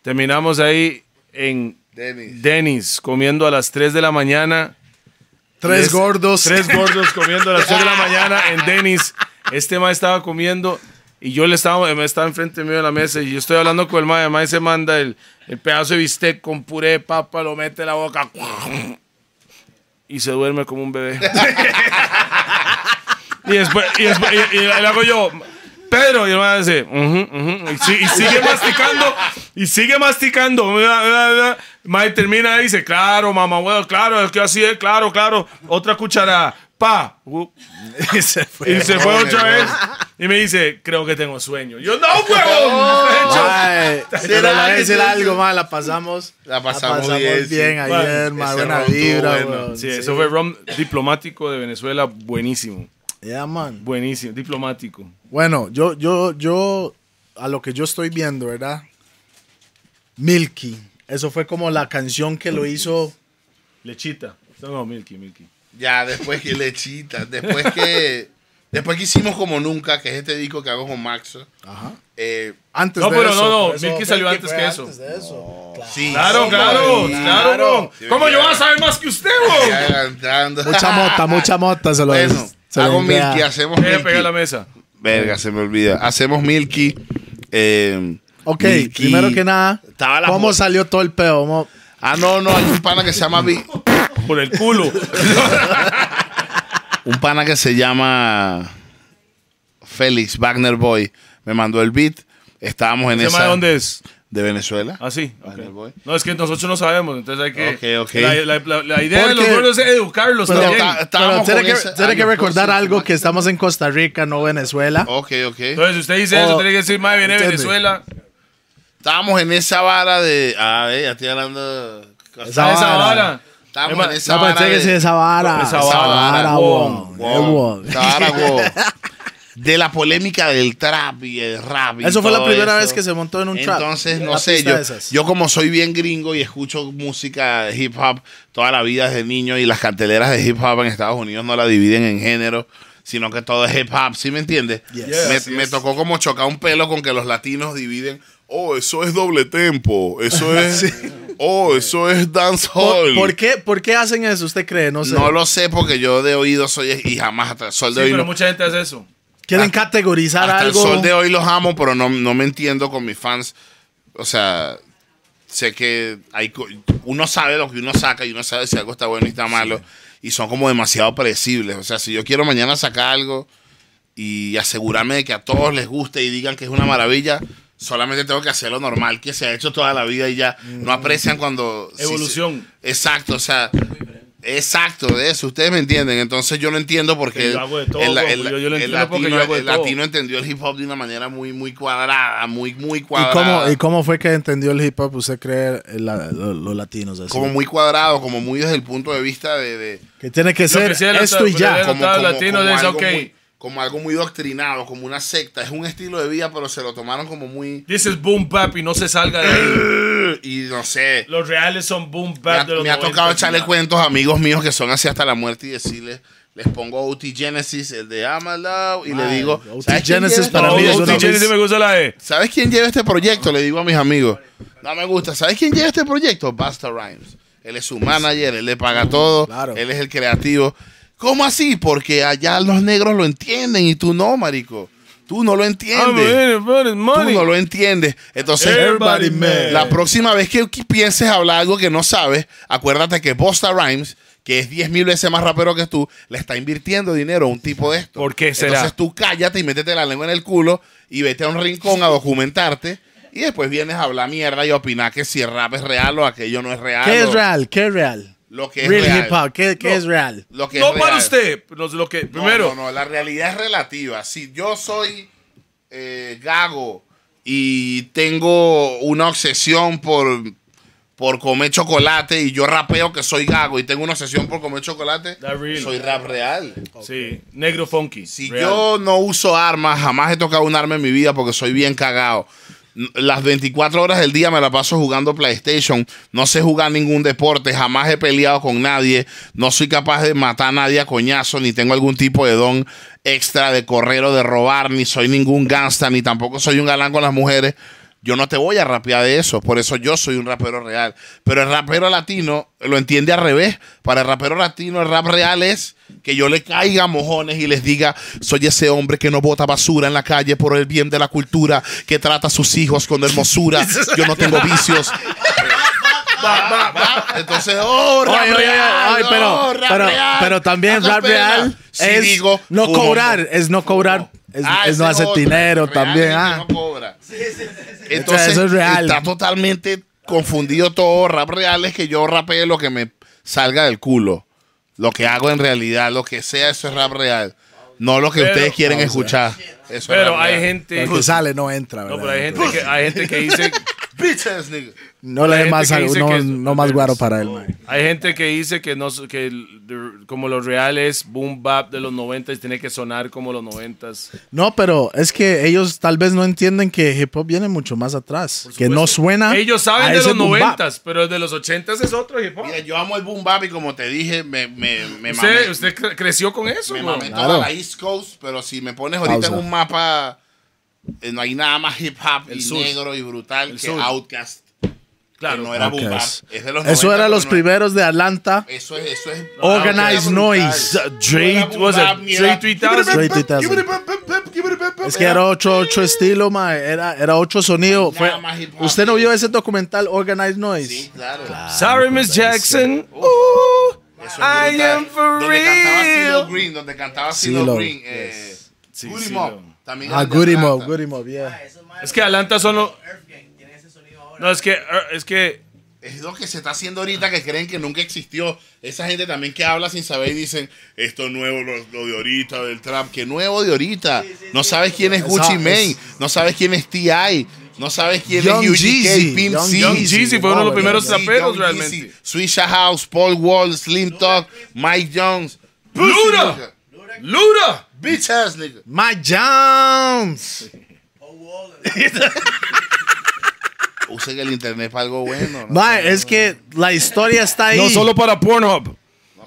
Terminamos ahí en
Denis.
Dennis, comiendo a las 3 de la mañana.
Tres
Tres-
gordos.
Tres gordos comiendo a las 3 de la mañana en Dennis. Este ma estaba comiendo y yo le estaba, me estaba enfrente mío de la mesa y yo estoy hablando con el ma. El ma se manda el, el pedazo de bistec con puré de papa, lo mete en la boca y se duerme como un bebé. y después, y después- y- y le hago yo. Pedro, y el ma dice, "Ujú, ujú", y, si- y sigue masticando, y sigue masticando. bla, bla, bla. Mae termina y dice, claro, mamá, huevo, claro, es que así es, claro, claro. Otra cucharada, pa. Uh,
y se fue.
y se fue
Huevón,
otra
huevón.
vez. Y me dice, creo que tengo sueño. Yo, no,
Oh.
huevón.
Mae, pero le voy a
que
decir
sí?
algo, mae, la pasamos.
La pasamos bien, sí.
bien ayer,
Bueno,
mae,
ese
buena
round estuvo
vibra,
bueno.
weón.
Sí, eso fue rom diplomático de Venezuela, buenísimo.
Yeah, man.
Buenísimo, diplomático.
Bueno, yo, yo, yo, a lo que yo estoy viendo, ¿verdad? Milky. Eso fue como la canción que lo hizo.
Lechita. No, no, Milky, Milky.
Ya, después que lechita, después que después que hicimos como nunca, que es este disco que hago con Maxo.
Ajá.
eh,
Antes
No,
de
pero
eso.
no, no,
Eso
Milky
fue
salió
que
antes
fue
que eso.
de eso. Claro.
sí,
Claro,
sí,
claro,
sí.
claro, bro.
Sí,
¿Cómo
ya.
yo voy a saber más que usted,
Estoy
bro?
adelantando.
Mucha mota, mucha mota se lo
Bueno,
se lo
hago
entrega.
Milky, hacemos
Voy a pegar la
Milky.
mesa.
Verga, se me olvida. Hacemos Milky. eh,
Ok,
Milky.
primero que nada,
Estaba la
¿cómo
mo-
salió todo el pedo? ¿Cómo-
Ah, no, no, hay un pana que se llama Vi-
Por el culo.
un pana que se llama Félix Wagner Boy. Me mandó el beat. Estábamos en
¿Ese
esa
mae dónde es?
de Venezuela.
Ah, sí. ok.
Daniel Boy.
No, es que nosotros no sabemos, entonces hay que.
Ok, ok.
La, la- la- la idea de
Porque-
los gordos es educarlos
Pero-
también.
ta-
Pero
estábamos
tiene
con
que,
ese-
tiene
ah,
que
no,
recordar
sí,
algo
sí,
que
sí.
estamos en Costa Rica, no Venezuela.
Ok, ok.
Entonces, si usted dice
Oh,
eso,
O-
tiene que decir, madre, viene de
¿Entiende?
Venezuela.
Estábamos en esa vara de. Ah, ver, ya estoy hablando.
a
Esa
esa
vara.
vara.
Estábamos
Emma,
en esa
No, pero
vara.
tiene que
de-
ser esa vara.
Esa
Esa
vara,
vara,
wow,
wow.
wow,
wow.
esa vara, wow. De la polémica del trap y el rap. y
Eso fue la
todo
primera
eso.
vez que se montó en un trap.
Entonces, no
La
sé,
pista
yo,
de esas.
yo como soy bien gringo y escucho música de hip hop toda la vida desde niño y las carteleras de hip hop en Estados Unidos no la dividen en género, sino que todo es hip hop, ¿sí me entiendes?
Yes.
Me,
Yes,
me
yes.
tocó como chocar un pelo con que los latinos dividen, oh, eso es doble tempo, eso es... Oh, eso es
¿Por,
dancehall.
por qué, ¿Por qué hacen eso? ¿Usted cree? No sé.
No lo sé porque yo de oído soy y jamás hasta el sol
Sí,
de hoy
pero
no-
mucha gente hace eso.
Quieren
hasta-
categorizar
hasta
algo.
el sol de hoy los amo, pero no, no me entiendo con mis fans. O sea, sé que hay, co- uno sabe lo que uno saca y uno sabe si algo está bueno y está malo. Y son como demasiado predecibles. O sea, si yo quiero mañana sacar algo y asegurarme de que a todos les guste y digan que es una maravilla, solamente tengo que hacer lo normal que se ha hecho toda la vida y ya. No aprecian cuando... si-
Evolución.
exacto, o sea... Exacto, de eso, ustedes me entienden. Entonces yo no entiendo por
Que
qué
yo hago de todo,
el- el-
papu, yo- yo lo
el
entiendo porque yo
latino-
hago de
el
todo.
latino entendió el hip hop de una manera muy, muy cuadrada, muy, muy
¿Y
cuadrada.
cómo, ¿Y cómo fue que entendió el hip hop? ¿Usted cree eh, la- lo- los latinos así?
como muy cuadrado, como muy desde el punto de vista de, de-
que tiene que
Lo
ser
que sea, lo
esto y
está-
ya.
pero
como,
notaba
como-
latino,
como
dice,
algo
ok.
muy, como algo muy doctrinado, como una secta. Es un estilo de vida, pero se lo tomaron como muy
This is boom bap y no se salga de ahí.
y no sé.
Los reales son boom
Me ha,
bap de los
me ha
90,
tocado echarle
¿no?
cuentos a amigos míos que son así hasta la muerte y decirles, les pongo OT Genesis, el de I'm Allowed, y le
Ay,
digo,
O.T.
"¿Sabes quién
Genesis
lleva
para
No,
mí es
OT
una
Austin
Genesis?"
Jenny sí me gusta la E.
¿Sabes quién lleva este proyecto? Le digo a mis amigos. No me gusta. ¿Sabes quién lleva este proyecto? Basta Rhymes. Él es su manager, él le paga todo,
Claro.
él es el creativo. ¿Cómo así? Porque allá los negros lo entienden y tú no, marico. Tú no lo
I'm
entiendes.
in it for the
Tú
Ah, money.
no lo entiendes. Entonces,
Everybody mad.
la próxima vez que que pienses hablar algo que no sabes, acuérdate que Busta Rhymes, que es 10 mil veces más rapero que tú, le está invirtiendo dinero a un tipo de esto.
¿Por qué será?
Entonces tú cállate y métete la lengua en el culo y vete a un rincón a documentarte y después vienes a hablar mierda y a opinar que si el rap es real o aquello no es real.
¿Qué
o
es real? ¿Qué es real?
Lo que es
Real
real.
hip hop. ¿Qué, qué
No.
es real?
Lo que
No
es real.
para usted. No, lo que,
No,
primero,
No, no, la realidad es relativa. Si yo soy eh, gago y tengo una obsesión por, por comer chocolate y yo rapeo que soy gago y tengo una obsesión por comer chocolate,
That's real.
soy rap real.
sí, negro funky.
Si
real.
yo no uso armas, jamás he tocado un arma en mi vida porque soy bien cagado. N- Las 24 horas del día me la paso jugando PlayStation. No sé jugar ningún deporte. Jamás he peleado con nadie. No soy capaz de matar a nadie a coñazo. Ni tengo algún tipo de don extra de correr o de robar. Ni soy ningún gangsta. Ni tampoco soy un galán con las mujeres. Yo no te voy a rapear de eso, por eso yo soy un rapero real. Pero el rapero latino lo entiende al revés. Para el rapero latino, el rap real es que yo le caiga a mojones y les diga: soy ese hombre que no bota basura en la calle por el bien de la cultura, que trata a sus hijos con hermosura. Yo no tengo vicios. Va, va, va. Entonces, oh, rap
Oye, oye, oye,
real,
ay,
oh,
pero,
rap
pero,
real.
pero también
Hazlo
rap
pena.
real
Sí,
es
digo,
no
fumo.
cobrar, es no cobrar, es,
Ah,
es no
ese
hacer
otro,
dinero
real,
también.
ese
ah.
no cobra. Entonces,
Eso es real.
está totalmente confundido todo. Rap real es que yo rapee lo que me salga del culo. Lo que hago en realidad, lo que sea, eso es rap real. No lo que
Pero-
ustedes quieren escuchar. Eso es
pero
rap
hay
real.
gente.
El que sale no entra,
No,
¿verdad?
pero hay gente que, hay gente que dice.
Bitches, nigga.
No le
hay
dé
gente
más,
que
al-
dice
no,
que es-
no más guaro para él, man.
Hay gente que dice que, no, que el- de- como los reales, boom bap de los 90 tiene que sonar como los 90
No, pero es que ellos tal vez no entienden que hip hop viene mucho más atrás, que no suena.
Pues, Ellos saben
a
de
ese
los
boom bap.
90 pero el de los 80 es otro hip hop.
Mira, yo amo el boom bap y como te dije, me, me, me
Usted,
mamé,
usted cre- creció con eso,
me
güey.
mamé
Claro.
toda la East Coast, pero si me pones ahorita en
Pausa.
un mapa, eh, no hay nada más hip hop
El
y
sur.
negro y brutal
El
que
sur.
Outcast.
Claro.
no era
Ok,
boom bap.
es-
Es de los
Eso
90,
era
pero
los
no-
primeros Ah, de Atlanta.
Eso es, eso es.
Organized
No era
noise.
brutal.
Dre,
No era
was it
boom bap, ni
Dre
era-
3000?
Dre 3000. Es que era 8-8 estilo, ma, Era, era 8 sonido.
Nada
Fue-
más hip hop.
¿Usted no vio ese documental Organized Noise?
Sí, claro.
Sorry, Miss Jackson.
Eso es
I
brutal.
am for
donde Cantaba CeeLo
real.
Green, donde cantaba
CeeLo,
CeeLo Green. Eh,
Sí,
Goody
sí,
Mob,
no.
También
Ah,
era de
Goody
Atlanta.
Mob, Goody Mob, yeah.
Es que Atlanta son los.
Earth Gang tiene ese sonido
No, es que, eh, es que
Es lo que se está haciendo ahorita que creen que nunca existió. Esa gente también que habla sin saber y dicen, esto es nuevo, lo, lo de ahorita, del trap, que nuevo de ahorita. no sabes quién es Gucci
Esa-
Mane, no sabes quién es T.I., no sabes quién
Young
es
Jeezy,
UGK, Pimp
Young
C.
Young
Jeezy,
Jeezy fue uno de los
no,
primeros
Young
traperos
Young Jeezy,
realmente.
Swisha House, Paul Wall, Slim Talk, Mike Jones. Pussy
¡Lura!
nigga,
¡Lura!
Bitch ass nigga.
My Jones.
Usen el internet para algo bueno. No,
Ma, es que la historia está ahí.
No solo para Pornhub.
No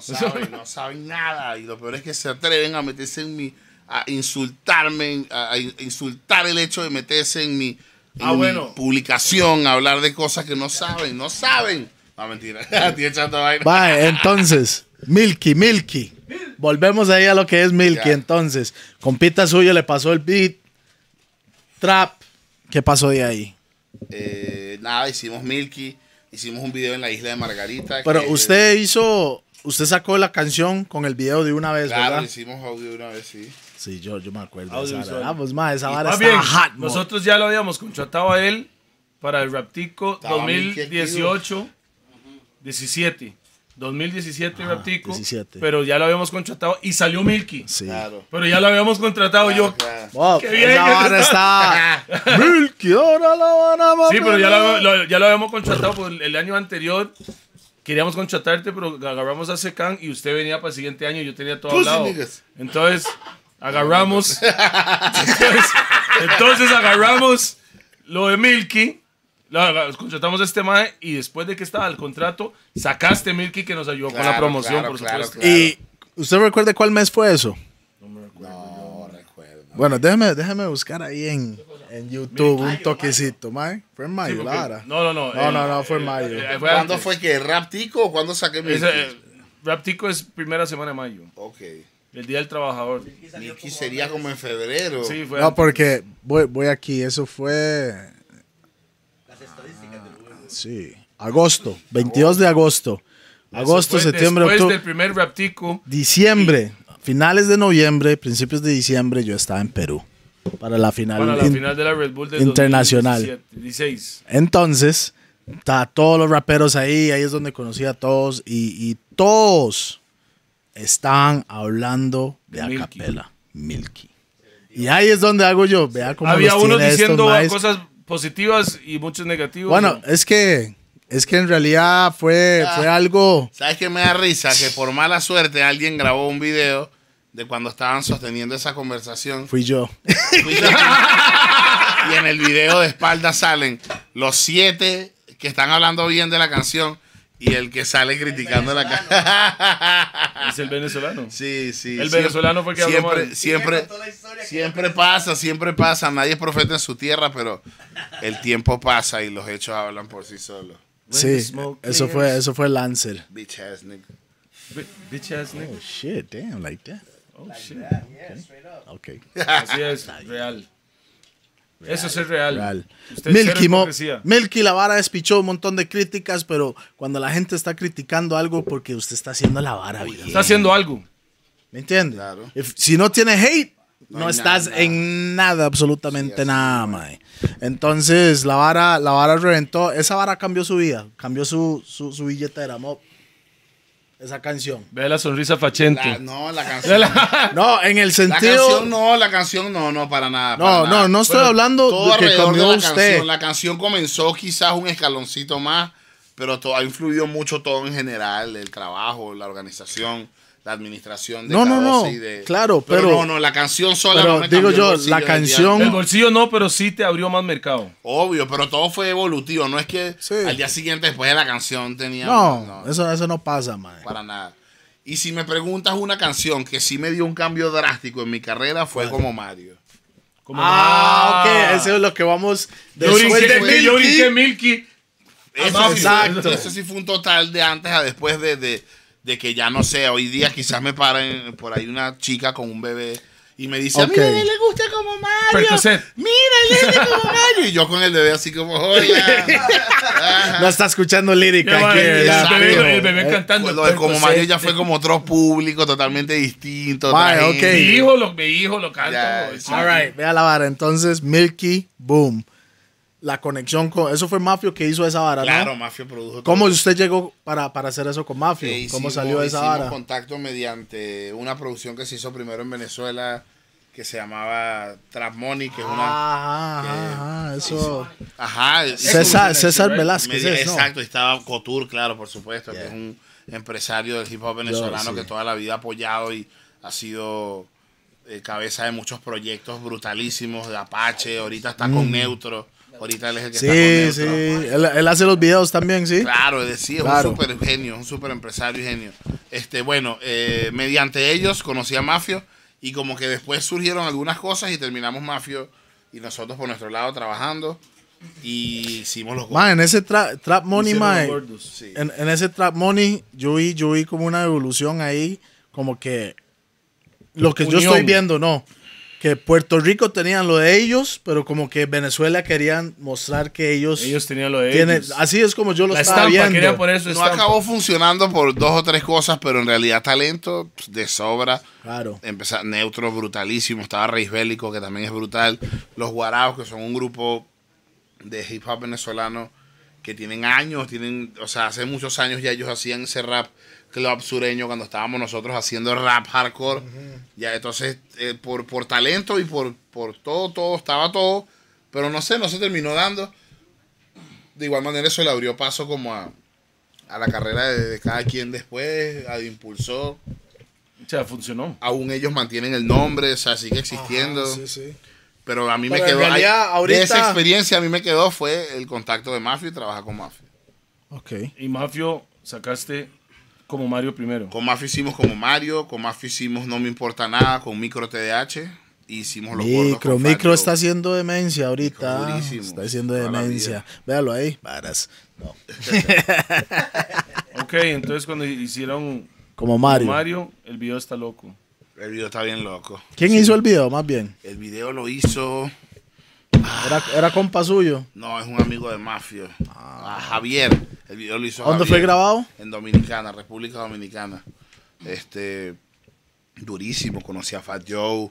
saben, no saben nada. Y lo peor es que se atreven a meterse en mi. a insultarme, en- a, a in- insultar el hecho de meterse en mi. en
Ah,
mi
bueno.
publicación, a hablar de cosas que no saben, no saben. No, mentira. Estoy echando vaina.
Va, entonces, Milky, Milky. Volvemos ahí a lo que es Milky.
Ya.
Entonces, compita suyo le pasó el beat. Trap. ¿Qué pasó de ahí?
Eh, nada, hicimos Milky, hicimos un video en la isla de Margarita.
Pero
que-
usted hizo. Usted sacó la canción con el video de una vez,
Claro,
¿verdad?
hicimos audio una vez, sí.
Sí, yo, yo me acuerdo. de Esa
Audiovisual.
vara. Ah, pues, ma, esa vara
Más
estaba
bien,
hot, mo.
nosotros ya lo habíamos contratado a él para el Raptico
Estaba
2018, 17. 2017
Ajá,
Raptico,
17.
pero ya lo habíamos contratado y salió Milky.
Sí.
Claro.
Pero ya lo habíamos contratado yo.
Claro.
Wow,
Qué bien
esa
que
vara está. Milky, ahora la van a
Sí, pero ya
matar.
lo, lo- ya lo habíamos contratado por el año anterior. Queríamos contratarte, pero agarramos a Secan y usted venía para el siguiente año y yo tenía todo
Pussy
hablado.
niggas.
Entonces, agarramos. entonces, entonces agarramos lo de Milky. la- la- contratamos a este mae y después de que estaba el contrato, sacaste Milky que nos ayudó con la
Claro,
promoción,
claro,
por
claro,
supuesto.
¿Y usted recuerda cuál mes fue eso?
No recuerdo.
Bueno, déjeme, déjeme buscar ahí en, en YouTube un toquecito, mae. Fue en mayo,
Sí,
la
porque-
vara.
No, no, no.
No,
eh,
no, no, fue en
eh,
mayo.
eh, fue
¿Cuándo
antes.
fue que? ¿Raptico o cuándo saqué Milky?
Ese, eh, Raptico es primera semana de mayo,
ok.
el Día del Trabajador.
Milky sería como en febrero.
Sí, fue
No, porque voy, voy aquí, eso fue. Ah, Sí, agosto, 22 de agosto. Agosto,
Eso fue
septiembre,
después
octubre.
del primer raptico.
Diciembre, finales de noviembre, principios de diciembre, yo estaba en Perú para la final.
Para la
in-
final de la Red Bull del
internacional.
2017, 16.
Entonces, está todos los raperos ahí, ahí es donde conocí a todos y, y todos estaban hablando de
Milky.
acapela, Milky. Y ahí es donde hago yo, vea cómo
Había
los
unos
tiene estos
diciendo
maes.
cosas positivas y muchos negativos.
Bueno, es que es que en realidad fue fue
Ah.
algo
¿Sabes qué me da risa? Que por mala suerte alguien grabó un video de cuando estaban sosteniendo esa conversación.
fui yo.
Y en el video de espalda salen los siete que están hablando bien de la canción y el que sale criticando la canción.
es el venezolano.
Sí, sí.
El venezolano fue el que habló
siempre,
mal.
siempre, siempre pasa, siempre pasa. Nadie es profeta en su tierra, pero el tiempo pasa y los hechos hablan por sí solos.
Sí, eso fue eso fue Lancer.
Bitch ass nigga.
B- Bitch ass nigga.
Oh shit, damn, like that.
Oh, shit.
Okay.
Así es, real. Eso sí es real.
Real.
Usted cero
Milky, Mo-
hipocresía.
Milky la vara despichó un montón de críticas, pero cuando la gente está criticando algo porque usted está haciendo la vara bien.
Está haciendo algo.
¿Me entiendes?
Claro.
si no tienes hate, no,
hay
estás
nada,
en nada, absolutamente
Sí, así
nada, mae. Entonces, la vara, la vara reventó. Esa vara cambió su vida, cambió su, su, su billetera, mo. Esa canción.
Ve la sonrisa fachente.
La- no, la canción.
No, en el
La
sentido.
canción
No,
no, la canción no, no, para nada. para
no,
nada.
no, estoy
Bueno,
hablando
Todo
de que
alrededor de
cambió
la
usted.
canción. La canción comenzó quizás un escaloncito más, pero todo, ha influido mucho todo en general, el trabajo, la organización, la administración de
No,
cada
no, no,
dosis de-
claro, pero-
no, no, la canción sola
pero
no me
digo
cambió el
yo,
bolsillo
la
del día
canción-
El
anterior.
bolsillo no, pero sí te abrió más mercado.
Obvio, pero todo fue evolutivo, no es que
Sí.
al día siguiente después de la canción tenía
No, eso, eso no pasa, mae.
para nada. Y si me preguntas una canción que sí me dio un cambio drástico en mi carrera fue como Mario.
Como,
Ah,
ah,
ok, eso es lo que vamos
Yo
después
brinqué,
de
Milky.
yo
Milky.
brinqué Milky.
Eso,
Amable.
sí fue-
Exacto.
eso sí fue un total de antes a después de, de- de que ya no sé, hoy día quizás me paren por ahí una chica con un bebé y me dice,
Ok.
mira, a él le gusta como Mario.
Percocet.
Mira, él le gusta como Mario. Y yo con el bebé así como, hola.
No está escuchando lírica
Ya,
aquí. eh,
mae, el,
¿verdad?
exacto.
bebé, el bebé cantando. eh,
Pues lo de como
Percocet.
Mario ya fue como otro público totalmente distinto.
Vale,
otra
ok.
Mi
gente.
hijo eh, lo, mi hijo lo canta.
Ya,
güey.
sí.
All right, vea la vara. Entonces, Milky, boom. la conexión con. Eso fue Mafio que hizo esa vara,
Claro,
¿no?
Mafio produjo.
¿Cómo
todo.
usted llegó para, para hacer eso con Mafio?
Eh,
¿Cómo
hicimos-
salió esa
hicimos
vara?
contacto mediante una producción que se hizo primero en Venezuela que se llamaba Trap Money, que es
Ah,
una.
Ajá,
que-
ajá, ajá, ah, eso.
Ajá. es-
César, César
right?
Velázquez,
Medio-
es, ¿no?
Exacto, y estaba Couture, claro, por supuesto, que es un empresario del hip hop venezolano
sí.
que toda la vida ha apoyado y ha sido eh, cabeza de muchos proyectos brutalísimos, de Apache, ahorita está con Neutro, ahorita él es el que
Mm. Sí, sí.
está con Neutro.
Él, él hace los videos también, ¿sí?
Claro, es decir, es
Claro.
un super genio, un super empresario y genio. Este, bueno, eh, mediante ellos conocí a Mafio y como que después surgieron algunas cosas y terminamos Mafio y nosotros por nuestro lado trabajando y hicimos los
Ma, en ese tra- Trap Money,
Hicieron
ma,
los gordos,
sí.
en, en ese Trap Money, yo vi, yo vi como una evolución ahí, como que lo que yo
Unión.
estoy viendo, no. Que Puerto Rico tenían lo de ellos, pero como que Venezuela querían mostrar que ellos,
Ellos tenían lo de
tienen-
ellos.
Así es como yo lo
la
estaba
estampa, quería
viendo.
poner su
Pues No
estampa.
acabó funcionando por dos o tres cosas, pero en realidad talento pues, de sobra.
Claro.
Empezar, neutro, brutalísimo. Estaba Reis Bélico, que también es brutal. Los Guaraos, que son un grupo de hip hop venezolano que tienen años, tienen, o sea, hace muchos años ya ellos hacían ese rap club sureño cuando estábamos nosotros haciendo rap hardcore. Ya entonces, eh, por, por talento y por, por todo, todo, estaba todo, pero no sé, no se terminó dando. De igual manera eso le abrió paso como a, a la carrera de, de cada quien después, a impulsó.
O sea, funcionó.
Aún ellos mantienen el nombre, o sea, sigue existiendo.
Sí, sí.
Pero a mí
Pero
me
en
quedó. ahí-
realidad, ahorita-
De esa experiencia a mí me quedó fue el contacto de Mafia y trabajar con Mafia.
Ok.
Y Mafio sacaste como Mario primero.
Con Mafia hicimos como Mario, con Mafia hicimos No Me Importa Nada, con Micro TDH. y Hicimos los gordos
Micro,
con
micro
Fat
está
Joe.
haciendo demencia ahorita.
Micro durísimo.
Está haciendo
Toda la
demencia.
vida.
Véalo ahí. Varas. No.
Ok, entonces cuando hicieron
Como Mario.
Mario, el video está loco.
El video está bien loco.
¿Quién hizo el video más bien?
El video lo hizo.
Era, era compa suyo.
No, es un amigo de Mafia. A Javier. El video lo hizo
Ah. ¿Dónde
Javier.
fue grabado?
En Dominicana, República Dominicana. Este, durísimo, conocí a Fat Joe.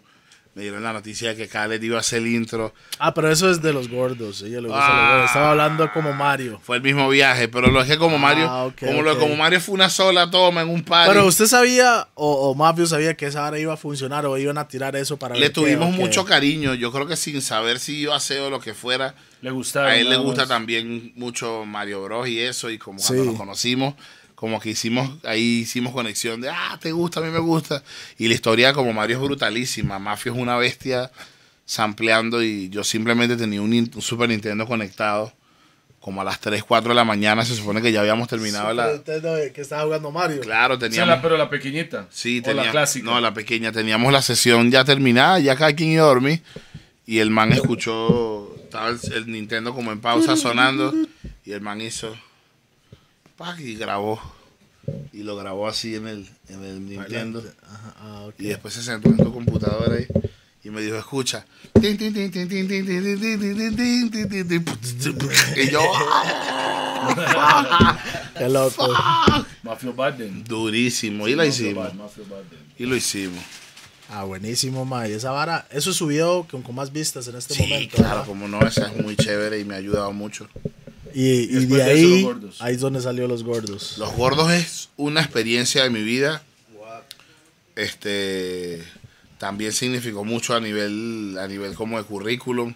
Me dieron la noticia de que Khaled iba a hacer el intro.
Ah, pero eso es de los gordos. Ella le gusta
Ah.
los gordos. Estaba hablando como Mario.
Fue el mismo viaje, pero lo es que como Mario,
Ah, ok,
como lo de
ok.
como Mario fue una sola toma en un par.
Pero usted sabía, o, o Mafio sabía que esa hora iba a funcionar o iban a tirar eso para
Le
ver qué,
tuvimos
o qué.
mucho cariño. Yo creo que sin saber si iba a hacer o lo que fuera,
Le gustaron.
a él le
nada
gusta
más.
también mucho Mario Bros y eso. Y como
Sí.
cuando nos conocimos, como que hicimos, ahí hicimos conexión de, ah, te gusta, a mí me gusta. Y la historia como Mario es brutalísima. Mafio es una bestia sampleando y yo simplemente tenía un, in- un Super Nintendo conectado. Como a las 3, 4 de la mañana se supone que ya habíamos terminado
Pero
la...
usted no- que estaba jugando Mario.
Claro,
O sea,
teníamos...
la- pero la pequeñita.
Sí,
o
tenía,
la clásica.
No, la pequeña. Teníamos la sesión ya terminada, ya cada quien iba a dormir. Y el man escuchó, estaba el, el Nintendo como en pausa sonando. Y el man hizo, pac, y grabó. Y lo grabó así en el, en el Nintendo.
Ajá, ah, ok.
Y después se sentó en su computadora ahí. Y me dijo, escucha. Y yo, "Ah,
Qué loco.
Mafio Baden.
durísimo. Y lo hicimos.
Mafio Baden.
Y lo hicimos.
Ah, buenísimo, ma. Y esa vara, eso subió con, con más vistas en este
Sí,
momento.
claro,
¿verdad?
como no, esa es muy chévere y me ha ayudado mucho.
Y, y
después
de
de eso, los
ahí,
gordos.
ahí es donde salió los gordos.
Los gordos es una experiencia de mi vida. Este también significó mucho a nivel a nivel como de currículum.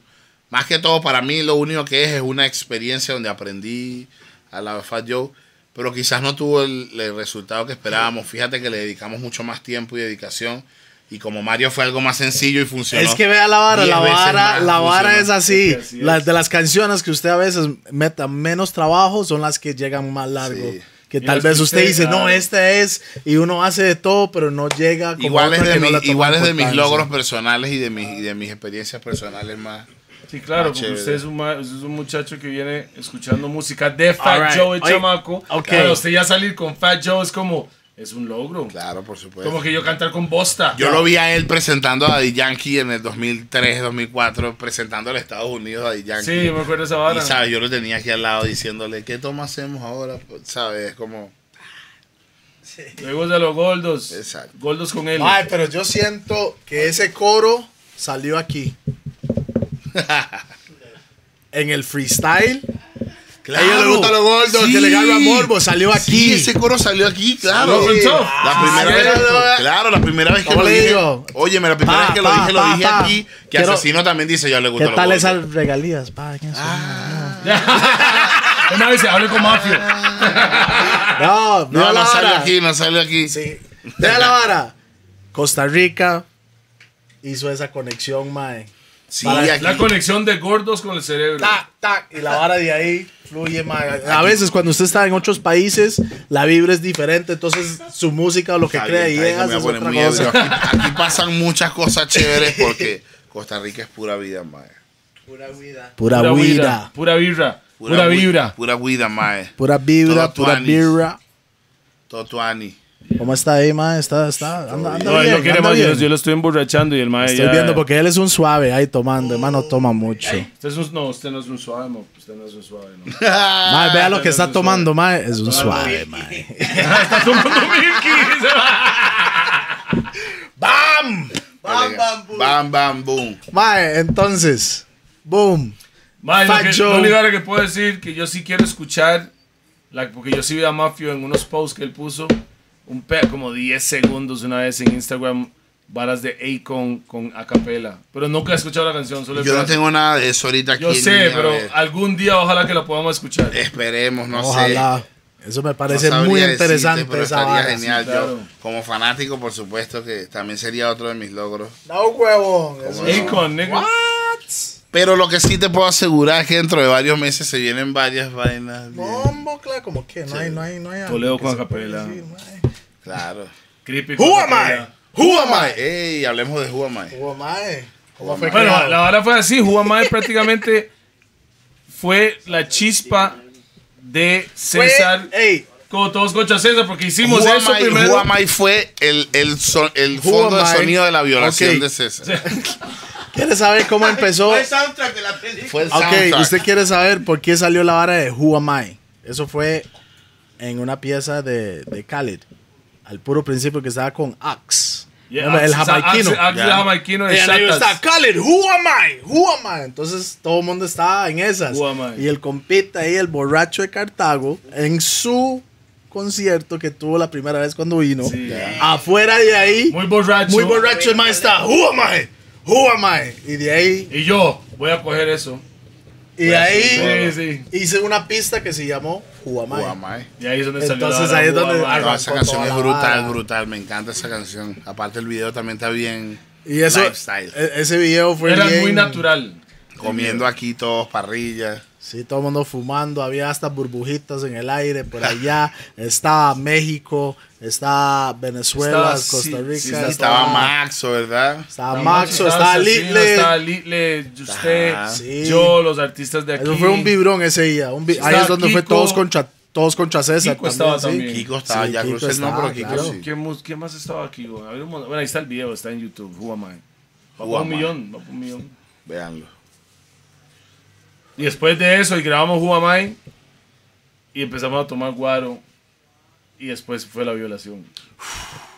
Más que todo para mí lo único que es es una experiencia donde aprendí a la Fat Joe, pero quizás no tuvo el, el resultado que esperábamos. Fíjate que le dedicamos mucho más tiempo y dedicación y como Mario fue algo más sencillo y funcionó.
Es que vea la vara,
Diez
la
veces
vara,
más
la vara
funcionó.
es así.
Es que así
las
es.
de las canciones que usted a veces meta menos trabajo son las que llegan más largo.
Sí.
Que
Y
tal
las
vez
que
usted
usted-
dice, no,
claro.
esta es, y uno hace de todo, pero no llega como
Igual es
otra
de,
que no
mi-
le toma
igual es de mis
importancia.
logros personales y de mis, y de mis experiencias personales más.
Sí, claro,
Ah,
porque
chévere.
usted es, un, ma- usted es un muchacho que viene escuchando música de Fat
Alright.
Joe, el
Oye,
chamaco.
ok.
Pero usted ya salir con Fat Joe es como, es un logro.
Claro, por supuesto.
Como que yo cantar con Bosta.
Yo lo vi a él presentando a Daddy Yankee en el 2003, 2004, presentando a Estados Unidos a Daddy Yankee.
Sí, me acuerdo esa
y
vara.
sabes, yo lo tenía aquí al lado diciéndole, ¿qué toma hacemos ahora? Pues, Sabes, es como...
Luego de los Goldos.
Exacto.
Goldos con él.
Ay, pero yo siento que ese coro salió aquí. en el freestyle.
A ellos les gusta lo gordo,
Sí.
que le gana morbo.
Salió aquí.
Sí, ese coro salió aquí, claro.
Rough and tough.
La primera
Ah,
vez,
cierto.
claro, la primera vez que
¿Cómo
lo
le
dije.
digo?
Oye, la primera
Pa,
vez que
pa,
lo dije, lo
pa,
dije
pa.
aquí. Que
Quiero-
asesino también dice, yo le gusta
¿Qué
lo
tal
gordo. Ah.
esas regalías? Pa, ¿quién es su-
Una vez se hable con mafio.
No,
No,
mira la
no sale
vara.
aquí, no sale aquí.
Sí. Mira la vara. Costa Rica hizo esa conexión, mae.
Sí,
Para-
aquí.
La conexión de gordos con el cerebro.
Tac, Ah, tac. Y la vara de ahí fluye, mae. A veces cuando usted está en otros países, la vibra es diferente. Entonces, su música o lo que
Está
crea y
bien, está
es
bien, me voy a
otra
poner muy ebrio.
cosa.
Aquí, aquí pasan muchas cosas chéveres porque Costa Rica es pura vida, mae.
Pura vida. Pura vida.
vida, Pura vibra. Pura,
vi-
vibra.
Pura vida, mae.
Pura vibra,
Todo
pura
tuanis.
vibra.
Totuani.
¿Cómo está ahí, mae? Está, está. Anda, anda
No, él
bien,
no quiere
anda
más. Yo,
bien.
yo lo estoy emborrachando y el maestro.
Estoy viendo porque él es un suave ahí tomando, hermano, toma mucho.
Usted es un- no, usted no es un suave, mo. Usted no es un suave, no.
Mae, vea lo
no,
Ah,
que
no,
está
no,
tomando, mae, es un suave, mae.
Está tomando Milky.
¡Bam!
Bam, bam, boom. Bam, bam, boom.
Mae, entonces, boom.
Mae,
Fat
lo, que,
Joe.
lo único ahora que puedo decir que yo sí quiero escuchar, la- porque yo sí vi a Mafio en unos posts que él puso, un pe- como 10 segundos una vez en Instagram, varas de Akon con acapela. Pero nunca he escuchado la canción, solo el
Yo no
pedazo.
tengo nada de eso ahorita aquí.
Yo
en
sé,
mi
pero
cabeza.
algún día ojalá que la podamos escuchar.
Esperemos, no sé.
Ojalá. Eso me
No
parece
sabría
muy
decirte,
interesante
pero
esa
estaría
vara.
genial.
sí, claro.
Yo, como fanático, por supuesto, que también sería otro de mis logros.
No huevón.
Como no.
Akon, nigga.
Pero lo que sí te puedo asegurar es que dentro de varios meses se vienen varias vainas. bien.
Bombo, claro, como que no hay, no hay, no hay. algo
Toledo
que
con
se pueda
acapela.
decir, mae.
Claro.
Creepy.
Who
con
am I?
acapela.
Who am I? Ey, hablemos de Who am I.
Hubo, mae. ¿Cómo
Hubo,
fue
mae.
Bueno,
creado?
la vara fue así. Juan prácticamente fue la chispa de
Fue-
César.
Ey,
Como todos concha César, porque hicimos
Who
eso
am I-
primero.
Who am I fue el, el, son- el
Who
fondo de
am I?
sonido de la violación
Ok.
de César.
¿quieres saber cómo empezó?
soundtrack de la película.
Fue el
Ok,
soundtrack.
usted quiere saber por qué salió la vara de Who Am I. Eso fue en una pieza de, de Khaled. Al puro principio que estaba con Axe.
Yeah,
Remember, el
Axe-
jamaiquino.
Axe- Axe
Ya.
el jamaiquino de
Y el
Shatas.
Eh, está Khaled, Who Am I, Who Am I. Entonces todo el mundo estaba en esas.
Who am I?
Y el compita ahí, el borracho de Cartago, en su concierto que tuvo la primera vez cuando vino,
Sí.
afuera de ahí,
Muy borracho.
muy borracho el man está, Who Am I, Who Am I. Y de ahí,
Y yo voy a coger eso.
y de ahí
Sí, sí.
hice una pista que se llamó Who Am I.
Who am I?
Y ahí es donde
Entonces,
salió.
ahí es
la vara, guau,
donde-
guau.
No,
Arrancó
esa canción
toda
es
la
brutal,
vara.
brutal. Me encanta esa canción. Aparte, el video también está bien.
Y eso,
Lifestyle.
e- ese video fue
Era
bien-
muy natural.
Comiendo aquí todos, parrilla.
Sí, todo el mundo fumando, había hasta burbujitas en el aire por allá. estaba México, estaba Venezuela,
Estaba- sí,
Costa Rica.
sí,
estaba,
Estaba Maxo, ¿verdad?
estaba Maxo, estaba
Asesino,
Litle. Ah,
Estaba Litle, usted,
Ajá.
Sí.
yo, los artistas de aquí.
Eso fue un vibrón ese día. un vi- ahí
Estaba
es donde fue
Kiko.
todos contra, todos contra César.
Kiko
también,
estaba
sí.
también.
Kiko estaba,
Sí,
ya
Kiko
Cruces no,
estaba,
pero Kiko
claro.
sí.
¿Quién, mus- quién más estaba aquí? güey? Había un montón- Bueno, ahí está el video, está en YouTube. Who am I? Va
Who
por
am
un
I?
millón, va por un millón.
Veanlo.
Y después de eso, y grabamos Who Am I, y empezamos a tomar guaro, y después fue la violación.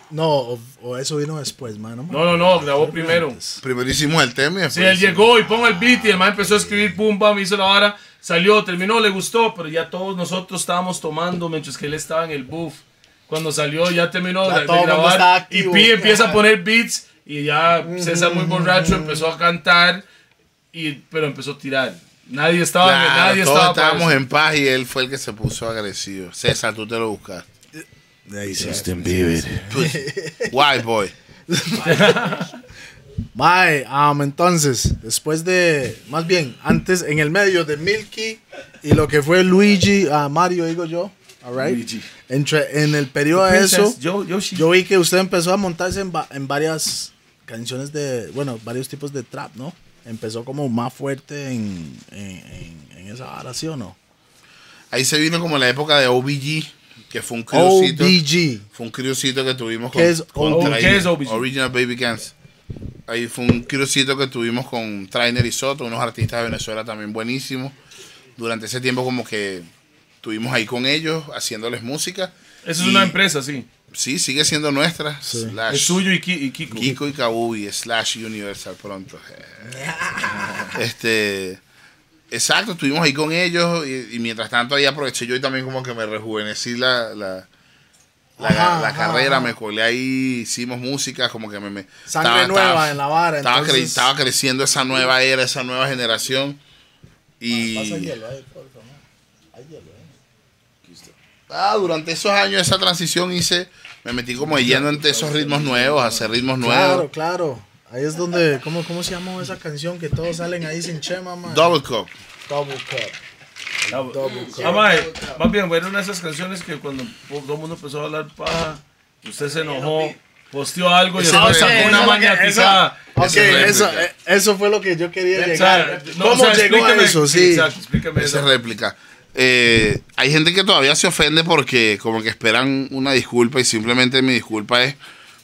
No, o, o eso vino después, mano.
No, no, no, grabó primero.
Primero hicimos el tema y
Sí, él
después
llegó y pongo el beat y el man empezó a escribir, pum, pam, hizo la vara, salió, terminó, le gustó, pero ya todos nosotros estábamos tomando mientras que él estaba en el buff. Cuando salió ya terminó
Ya
de, de
todo el mundo estaba
grabar y
activo.
Pi empieza a poner beats y ya César muy borracho empezó a cantar, y, pero empezó a tirar. Nadie estaba,
Claro,
nadie
todos
estaba para
estábamos
eso.
en paz y él fue el que se puso agresivo. César, tú te lo buscaste.
Ahí sí.
Pussy. White boy.
Mae, am, entonces, después de, más bien, antes, en el medio de Milky y lo que fue Luigi, a Mario, digo yo, all right.
Luigi.
Entre, en el periodo de eso,
Princess, yo, Yoshi.
yo vi que usted empezó a montarse en, va- en varias canciones de, bueno, varios tipos de trap, ¿no? Empezó como más fuerte en, en, en- en esa vara, ¿sí o no?
Ahí se vino como la época de OBG, que fue un crucito.
OBG.
Fue un crucito que tuvimos
¿Qué
con,
es
con
OBG?
Trainer,
¿Qué es OBG?
Original Baby Guns. Ahí fue un crucito que tuvimos con Trainer y Soto, unos artistas de Venezuela también buenísimos. Durante ese tiempo como que estuvimos ahí con ellos, haciéndoles música.
Eso es
Y-
una empresa, sí.
Sí, sigue siendo nuestra. Slash
Es suyo y, Ki- y Kiko.
Kiko y Kabubi, slash Universal pronto. Eh. este, Exacto, estuvimos ahí con ellos y, y mientras tanto ahí aproveché yo y también como que me rejuvenecí la, la, la-
Ajá,
la
ajá,
carrera,
ajá.
me colé ahí, hicimos música, como que me... me
Sangre nueva en la vara,
Estaba,
entonces-
cre- estaba creciendo esa nueva era, esa nueva generación. Y... Ah, durante esos años, esa transición hice, me metí como yendo entre esos ritmos nuevos, a hacer ritmos
Claro,
nuevos.
claro. Ahí es donde, ¿cómo, cómo se llama esa canción que todos salen ahí sin chema, man?
Double Cup.
Double Cup. Double Cup.
Ah, mae, más bien, fue una de esas canciones que cuando po- todo el mundo empezó a hablar paja, usted se enojó, posteó algo y "Ah,
Ese
después
fue-
sacó una
eso es lo que-
maniatizada.
Ok,
Esa es
eso,
réplica.
eh, eso fue lo que yo quería
O
llegar.
sea, no,
¿Cómo
o sea,
llegó a
explíqueme-
eso? Sí.
Exacto, explíqueme
Esa es
eso.
réplica. Eh, hay gente que todavía se ofende porque como que esperan una disculpa y simplemente mi disculpa es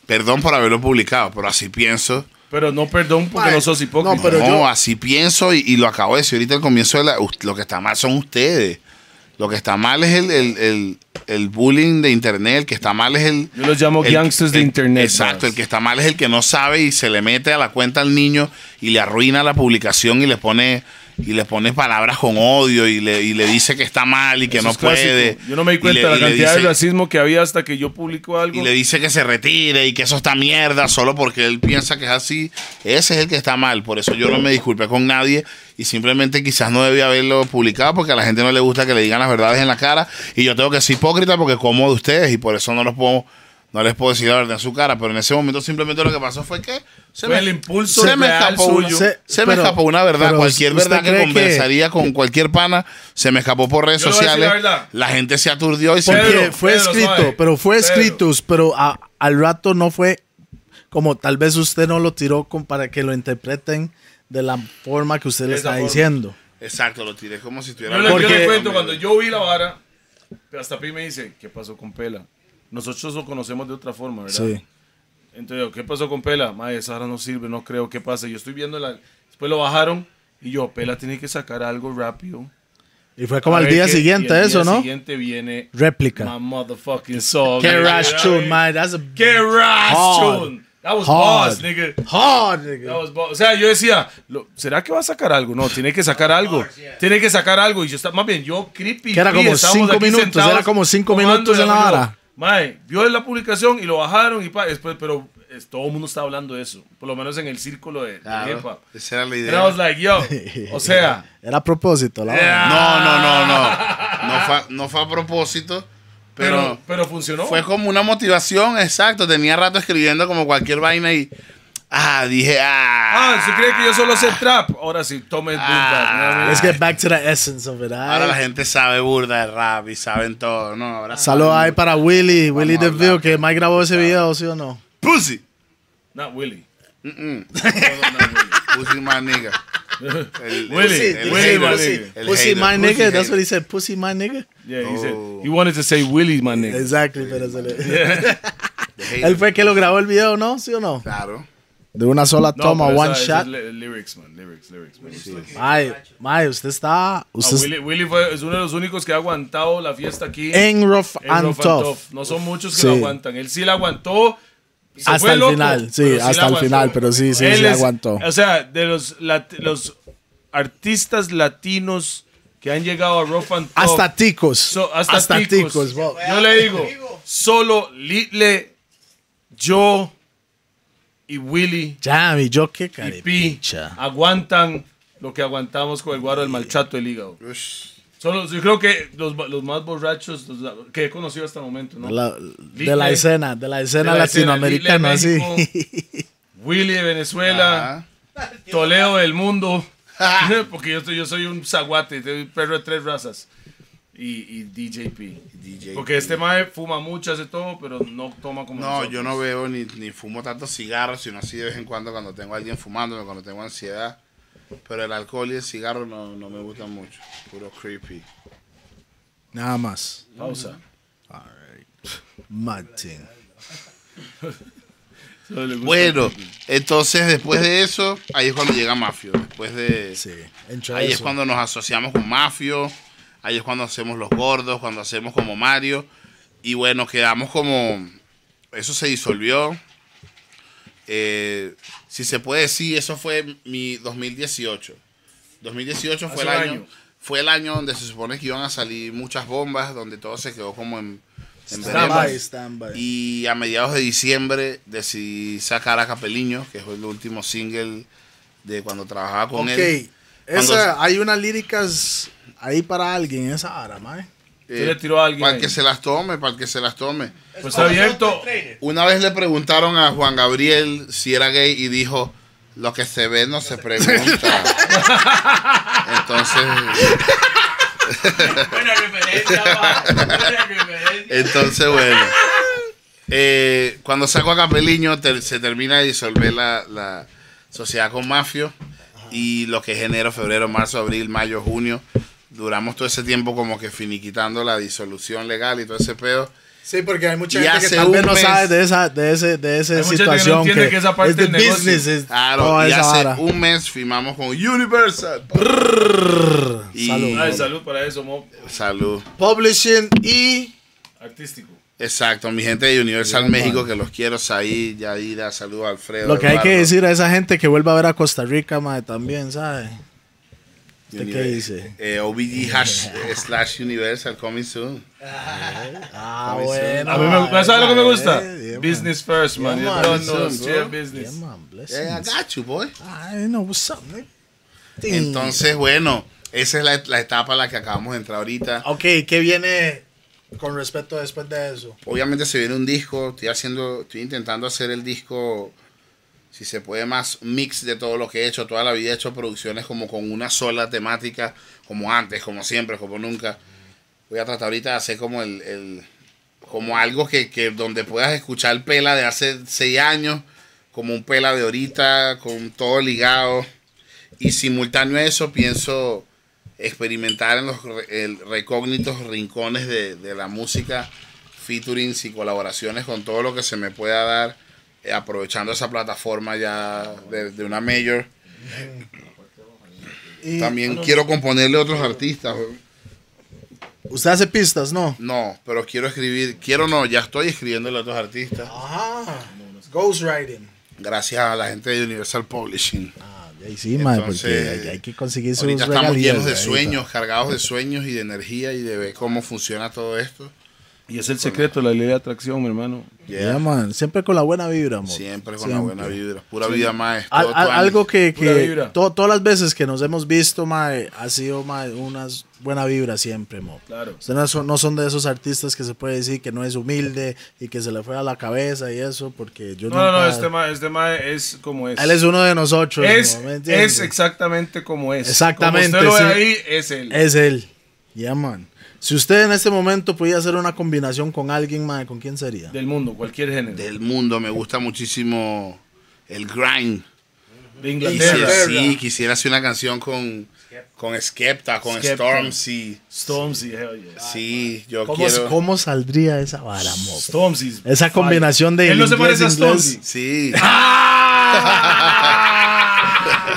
perdón por haberlo publicado, pero así pienso.
Pero no perdón porque
Mae,
no sos hipócrita.
no, pero-
no,
yo-
así pienso y, y lo acabo de decir ahorita al comienzo de la... us- Lo que está mal son ustedes. Lo que está mal es el, el- el- el bullying de internet, el que está mal es el...
Yo los llamo
el-
gangsters de
el-
internet.
Exacto,
mae.
el que está mal es el que no sabe y se le mete a la cuenta al niño y le arruina la publicación y le pone y le pone palabras con odio y le, y le dice que está mal y que
Eso
no
es clásico.
puede.
Yo no me di
Y
cuenta de
le- y
la
le
cantidad de
dice-
racismo que había hasta que yo publico algo.
y le dice que se retire y que eso está mierda solo porque él piensa que es así. Ese es el que está mal. Por eso yo no me disculpé con nadie y simplemente quizás no debía haberlo publicado porque a la gente no le gusta que le digan las verdades en la cara. Y yo tengo que ser hipócrita porque como de ustedes y por eso no los puedo. No les puedo decir la verdad en su cara, pero en ese momento simplemente lo que pasó fue que se
Fue Pues el impulso
se me
real
escapó,
suyo.
una, se, se me
Pero-
escapó una verdad,
pero
cualquier
¿usted
verdad que
cree que-
conversaría con cualquier pana, se me escapó por redes
Yo le voy a decir la
sociales.
verdad.
La gente se aturdió y se
Pedro,
Porque fue
Pedro,
escrito,
suave.
pero fue
Pedro.
escrito, pero a- al rato no fue como tal vez usted no lo tiró con, para que lo interpreten de la forma que usted
De
le
esa
está
forma.
diciendo.
Exacto, lo tiré como si estuviera.
Yo le, yo le
Porque-
cuento, cuando yo vi la vara, hasta Pi me dice, ¿qué pasó con Pela? Nosotros lo conocemos de otra forma, ¿verdad?
Sí.
Entonces, yo, ¿qué pasó con Pela? Madre, esa vara no sirve, no creo, ¿qué pasa? Yo estoy viendo la... Después lo bajaron y yo, Pela tiene que sacar algo rápido.
Y fue como
A
al
ver
día
qué-
siguiente
y al
eso,
día
¿no?
siguiente viene... My
Réplica.
motherfucking soul.
Qué
nigga.
rash tune, man. That's a
Qué rash
Hard.
tune. That was
hard.
boss, nigga.
Hard,
That
nigga.
was boss. O sea, yo decía, lo- ¿será que va a sacar algo? No, tiene que sacar algo.
eh.
Tiene que sacar algo. Y yo estaba, más bien, yo creepy.
Que era
P,
como
estábamos
cinco
aquí
minutos,
sentados
era como cinco
tomando
minutos
y
en la
hago yo,
vara.
Mae, vio la publicación y lo bajaron y pa, después, pero es- todo el mundo está hablando de eso. Por lo menos en el círculo de, de hip hop.
Esa era la
And I was
idea.
like, yo, o sea,
Era a propósito, la verdad.
Yeah.
No, no, no, no. No fue, no fue a propósito,
pero,
pero
pero funcionó.
fue como una motivación, exacto. Tenía rato escribiendo como cualquier vaina y. Ah, dije, ah.
Ah, ¿usted cree que yo solo sé trap? Ahora sí, tome
Ah.
Let's get back to the essence of it.
Ahora la
Ahora
gente sabe burda de rap y saben todo, ¿no? Ahora
Saludos ahí para Willy, Willy
Vamos a
DeVille,
hablar.
que Mike grabó ese video, ¿sí o no?
Pussy.
Not Willy.
Pussy, my nigga. El-
Willy,
el- el
Willy,
hater,
Willy.
el hater,
Pussy, my nigga, that's
hater.
what he said. Pussy, my nigga.
Yeah, he said,
Oh.
he wanted to say Willy, my nigga.
Exactly, pero se le...
The hater.
Él fue el que lo grabó el video, ¿no? ¿Sí o no?
Claro.
De una sola
No,
toma,
pero
one
esa- esa
shot.
es li- lyrics, man, lyrics, lyrics. man.
Mae, mae, usted está.
Ah,
Usted
Willy, Willy fue- es uno de los únicos que ha aguantado la fiesta aquí.
está en rough
en
and
Rough and
tough.
Tough. No son muchos que
Sí.
lo aguantan. Él sí la aguantó. se
Hasta
fue
el
loco,
final, sí,
pero la
hasta el
aguantó.
final, pero sí, sí,
Él
sí la
es-
aguantó.
O sea, de los, lat- los artistas latinos que han llegado a Rough and Tough.
Hasta ticos.
So,
hasta,
hasta,
ticos.
ticos.
bro.
Yo le digo, solo Little, yo y Willy
Ya, mi yo qué
y Pi
caripicha.
aguantan lo que aguantamos con el guaro del maltrato del hígado. Solo, yo creo que los, ba- los más borrachos los que he conocido hasta el momento, ¿no?
La- de
Little.
la escena, de la escena
De la escena,
latinoamericana,
Little de
sí.
Willy de Venezuela,
Ajá.
Toledo del mundo, porque yo, estoy- yo soy un zaguate, soy un perro de tres razas. Y, y DJP.
DJ.
Porque este mae fuma mucho, hace todo, pero no toma como
No,
nosotros.
yo no veo ni, ni fumo tantos cigarros, sino así de vez en cuando cuando tengo a alguien fumándome, cuando tengo ansiedad. Pero el alcohol y el cigarro no, no me gustan mucho. Puro creepy.
Nada más.
Pausa.
Martin.
Solo le gusta
Bueno, entonces después de eso, ahí es cuando llega Mafio. Después de...
Sí. entre
Ahí es
eso.
cuando nos asociamos con Mafio. Ahí es cuando hacemos los gordos, cuando hacemos como Mario. Y bueno, quedamos como... Eso se disolvió. Eh, si se puede decir, eso fue mi 2018. 2018
Hace
fue el
un
año,
año.
fue el año donde se supone que iban a salir muchas bombas, donde todo se quedó como en, en veremos.
Stand-by, stand-by.
Y a mediados de diciembre decidí sacar a Capeliño, que fue el último single de cuando trabajaba con
Ok,
él. Cuando-
esa, hay unas líricas ahí para alguien, esa ara, mae.
Yo le tiro a alguien
Para
ahí.
Eh, que se las tome, para que se las tome.
Pues está abierto.
Una vez le preguntaron a Juan Gabriel si era gay y dijo, lo que se ve no se pregunta. Entonces,
Buena referencia, va. Buena referencia.
entonces bueno. Eh, cuando saco a Capeliño ter- se termina de disolver la, la sociedad con Mafio y lo que es enero, febrero, marzo, abril, mayo, junio. Duramos todo ese tiempo como que finiquitando la disolución legal y todo ese pedo.
Sí, porque hay mucha
Y
gente
hace
que tal vez
un
no
mes-
sabe de esa, de ese, de esa
Hay mucha gente que no
situación.
entiende que esa parte
es de
del negocio.
business, es
Claro,
toda
y
esa
hace
vara.
un mes firmamos con Universal. Y-
Salud.
Ay, Ah, salud para eso, mo.
Salud.
Publishing y
Artístico.
Exacto, mi gente de Universal México, que los quiero, Said, Yadira, saludos a Alfredo.
lo que hay que
Eduardo.
decir a esa gente que vuelva a ver a Costa Rica, mae, también, ¿sabe? ¿Usted qué
Univer-
dice?
Eh, OBG hash, eh, slash Universal coming soon.
Ah,
Ay, sí.
bueno.
A mí me gusta. ¿Sabes lo que me gusta?
Eh, yeah,
business first, man.
Yeah,
You
man,
don't
listen,
know. it's real
bro.
man. Yeah,
business.
man, blessings.
Yeah, Eh, I got you, boy.
I know what's up, nigga. Ting.
Entonces, bueno, esa es la, la etapa a la que acabamos de entrar ahorita.
Ok, ¿qué viene con respecto después de eso?
Obviamente se viene un disco, estoy haciendo, estoy intentando hacer el disco, si se puede más, mix de todo lo que he hecho. Toda la vida he hecho producciones como con una sola temática, como antes, como siempre, como nunca. Voy a tratar ahorita de hacer como el, el- como algo que, que donde puedas escuchar pela de hace seis años, como un pela de ahorita, con todo ligado. Y simultáneo a eso pienso experimentar en los re- el- recógnitos rincones de, de la música, featurings y colaboraciones con todo lo que se me pueda dar, eh, aprovechando esa plataforma ya de, de una mayor.
Y
También quiero componerle a otros artistas. weón.
Usted hace pistas, ¿no?
No, pero quiero escribir, quiero no, ya estoy escribiéndole a otros artistas.
Ajá. Ghostwriting.
Gracias a la gente de Universal Publishing.
Ah, ahí sí, mae, porque
Entonces,
hay, hay que conseguir sus
Ahorita estamos
regalías,
llenos de
ahorita.
sueños, cargados de sueños y de energía y de ver cómo funciona todo esto.
Y es el secreto, la ley de atracción, mi hermano.
Yeah, man. Siempre con la buena vibra, amor.
Siempre con la buena vibra, pura vida más.
Al- al- algo que,
Pura
que
vibra.
to- todas las veces que nos hemos visto, mae, ha sido mae, unas buena vibra siempre, mo.
Claro.
Ustedes no son, no son de esos artistas que se puede decir que no es humilde y que se le fue a la cabeza y eso, porque yo
No, no, no,
nunca-
este mae, este mae es como es.
Él es uno de nosotros,
es,
mo, ¿me entiendes?
es exactamente como es.
Exactamente,
Como usted lo ve
sí. Eh,
ahí, es él.
Es él. Yeah, man. Si usted en este momento pudiera hacer una combinación con alguien, mae, ¿con quién sería?
Del mundo, cualquier género. De,
del mundo. Me gusta muchísimo el grind. Quisiera,
Inglaterra.
sí, quisiera hacer una canción con, con Skepta, con
Skepta.
Stormzy.
Stormzy, hell yeah.
Sí, yo
¿Cómo,
quiero.
cómo saldría esa vara, mo?
Stormzy.
Esa combinación de
Él no se
inglés,
parece a
inglés.
Stormzy.
Sí,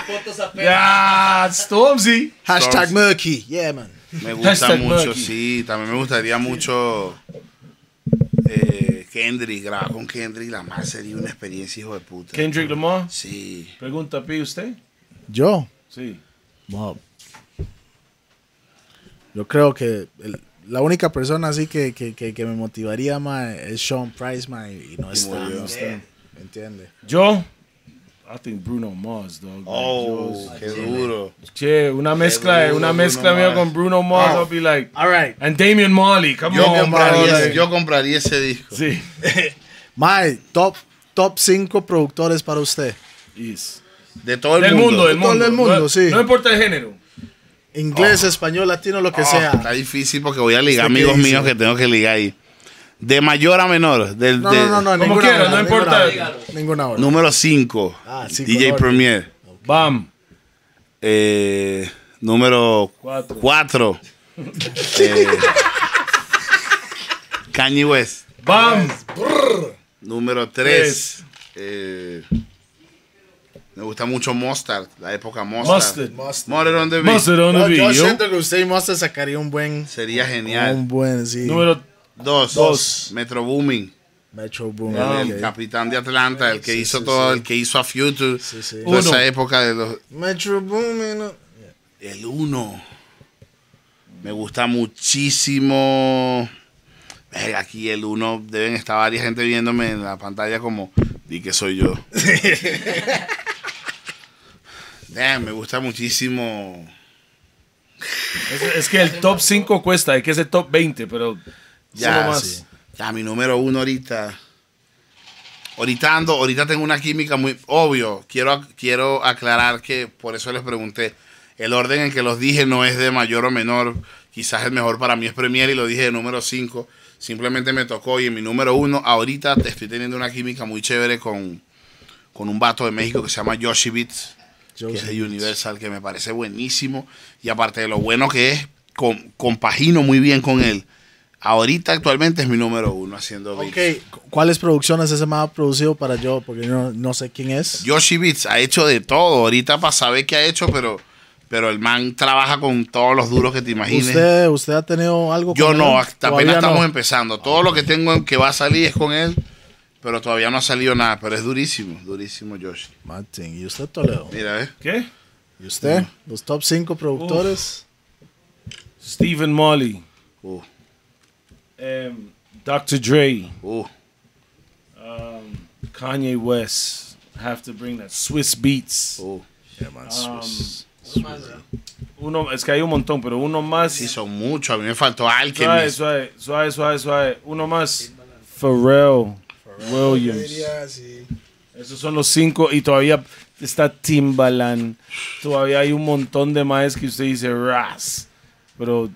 Fotos
Ya,
apenas.
Stormzy.
Hashtag
Stormzy.
Murky. Yeah, man.
me gusta
Hashtag
mucho.
Lucky.
Sí, también me gustaría mucho eh, Kendrick. Grabar con Kendrick Lamar sería una experiencia, hijo de puta.
Kendrick Lamar.
Sí.
Pregunta, Pi, ¿usted?
Yo.
Sí.
Wow. Yo creo que el- la única persona así que, que, que, que me motivaría más es Sean Price, ma, y no está.
murió.
No está. ¿Me entiende?
Yo. I think Bruno Mars, dog.
Oh, qué duro.
Che, una mezcla,
duro,
una
Bruno
mezcla mía
Mars. Oh.
con Bruno Mars, I'll be like.
All right.
And Damian Marley, come
Yo,
on, bro.
compraría,
like-
yo compraría ese disco.
Sí.
Mae, top, top 5 productores para usted.
Yes.
De todo el
Del
mundo.
mundo, del
Todo
mundo.
el mundo,
no,
sí.
no importa el género.
Inglés, español, latino, lo que
Oh,
sea.
Está difícil porque voy a ligar
¿Usted qué
amigos
dice?
míos que tengo que ligar ahí. De mayor a menor. Del,
No,
de-
no, no, no,
Como
ninguna
quiera,
hora,
no
ninguna
importa.
hora, Ninguna hora.
Número 5.
Ah, cinco,
DJ
no,
Premier.
Bam.
Eh, número
Cuatro.
4. Kanye West.
Bam.
Número 3. me gusta mucho Mustard. La época Mustard.
Mustard.
Mustard.
Mustard on the Beat.
Mustard on the
No, yo
video.
siento que usted y Mustard sacaría un buen.
Sería
Un
genial.
buen, sí.
Número.
Dos.
Dos. Ah,
Metro Booming.
Metro Boom.
El
ok.
capitán de Atlanta, el que
Sí,
hizo
sí,
todo,
sí.
el que hizo a Future.
Sí, sí.
Toda
Uno.
esa época de los.
Metro Boom.
El uno. Me gusta muchísimo. Verga, aquí el uno. Deben estar varias gente viéndome en la pantalla como. Di que soy yo. Damn, me gusta muchísimo.
Es, es que el top 5 cuesta, hay que ser top 20, pero.
Ya,
solo más.
sí. ya, mi número uno ahorita. Ahorita ando, ahorita tengo una química muy obvio. Quiero, ac- quiero aclarar que por eso les pregunté. El orden en que los dije no es de mayor o menor. Quizás el mejor para mí es Premier y lo dije de número 5. Simplemente me tocó y en mi número uno, ahorita te estoy teniendo una química muy chévere con, con un vato de México que se llama Yoshi Beats que es de Universal, que me parece buenísimo. Y aparte de lo bueno que es, com- compagino muy bien con él. Ahorita actualmente es mi número uno haciendo beats.
Ok, cu- ¿cuáles producciones ese más ha producido para yo? Porque yo no, no sé quién es.
Yoshi Beats ha hecho de todo. Ahorita para saber qué ha hecho, pero, pero el man trabaja con todos los duros que te imagines.
¿Usted, ¿Usted ha tenido algo
Yo
con
no,
él?
hasta
Todavía
apenas estamos
no.
empezando. Todo lo que tengo que va a salir es con él, pero todavía no ha salido nada. Pero es durísimo, durísimo Yoshi.
Martin, ¿y usted, Toledo?
Mira, ¿eh?
¿Qué?
¿Y usted? Los top 5 productores.
Stephen Molly,
Uh,
em, Dr. Dre,
uh.
um, Kanye West. Have to bring that Swiss Beats.
Oh.
Um, uno, es que hay un montón, pero uno más.
Sí, son muchos. A mí me faltó
Suave,
Alchemist.
suave, suave, suave, suave. Uno más. Pharrell Williams. Esos son los cinco. Y todavía está Timbaland. Todavía hay un montón de maes que usted dice, ras. Pero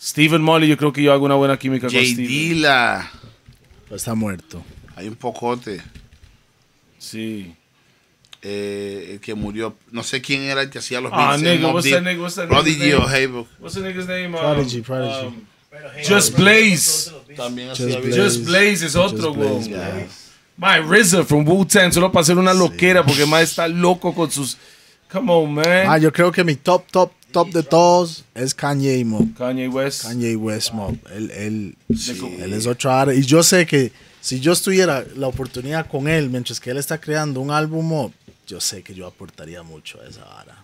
Steven Molly, yo creo que yo hago una buena química
J.
con Steven.
Dilla.
Está muerto.
Hay un pocote.
Sí.
eh, el que murió, no sé quién era el que hacía los
Ah,
en
nigga,
Mobb
what's
Deep.
that nigga, what's that
Prodigy oh,
nigga's
o Haybrook.
What's the nigga's name? Um,
Prodigy, Prodigy.
um, Just Blaze.
También
Just
hacía
Blaze.
videos.
Just Blaze es otro,
Blaze,
güey.
Ya.
My RZA from Wu-Tang, solo para hacer una loquera, porque más está loco con sus... Come on, man.
Ah, yo creo que mi top, top, top de todos es Kanye y Mob.
Kanye West.
Kanye West Mob. Él, él,
Sí.
él es otro ara- Y yo sé que si yo estuviera la oportunidad con él, mientras que él está creando un álbum Mob, yo sé que yo aportaría mucho a esa vara.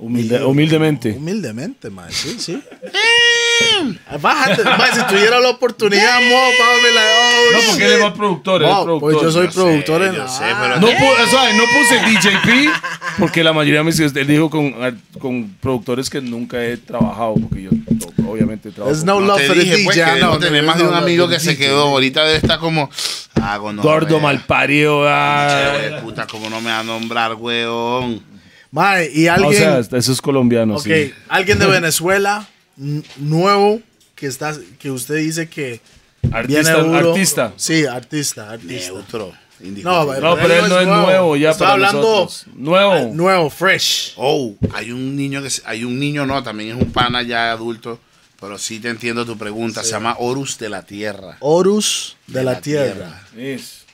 Humilde- humildemente.
Humildemente, mae, sí, sí. Eh, Bájate, mae, si tuviera la oportunidad, Mob, mami, la- oh,
No, porque él es
shit.
más productor. él es
Mob,
productor.
pues yo soy
Yo sé,
productor en
yo
la
sé,
vara.
pero-
No, pu- o sea, no puse DJP porque la mayoría de mis él dijo con, con productores que nunca he trabajado porque yo to- obviamente trabajo.
There's no
No
love
te
for the
dije, pues,
DJ,
que
no,
debo
no,
tener
no,
más de
no,
un
no,
amigo
no,
que se
DJ.
quedó. Ahorita debe estar como... Ah, gonorrea.
Gordo malpario.
Hijo
ah.
de Puta, cómo no me va a nombrar, weón.
Mae, y alguien.
O sea, hasta eso es colombiano,
Ok,
sí.
alguien de Venezuela n- nuevo que está que usted dice que viene
Artista,
duro.
artista.
Sí, artista, artista.
Neutro.
No,
indiscutible.
pero,
No, pero él no es nuevo ya
Está
para
hablando
nosotros. Nuevo.
ah, nuevo, fresh.
Oh, hay un niño que... se- Hay un niño, no, también es un pana ya adulto. Pero sí te entiendo tu pregunta. Se llama Horus de la Tierra.
Horus de, la, tierra.
Yes.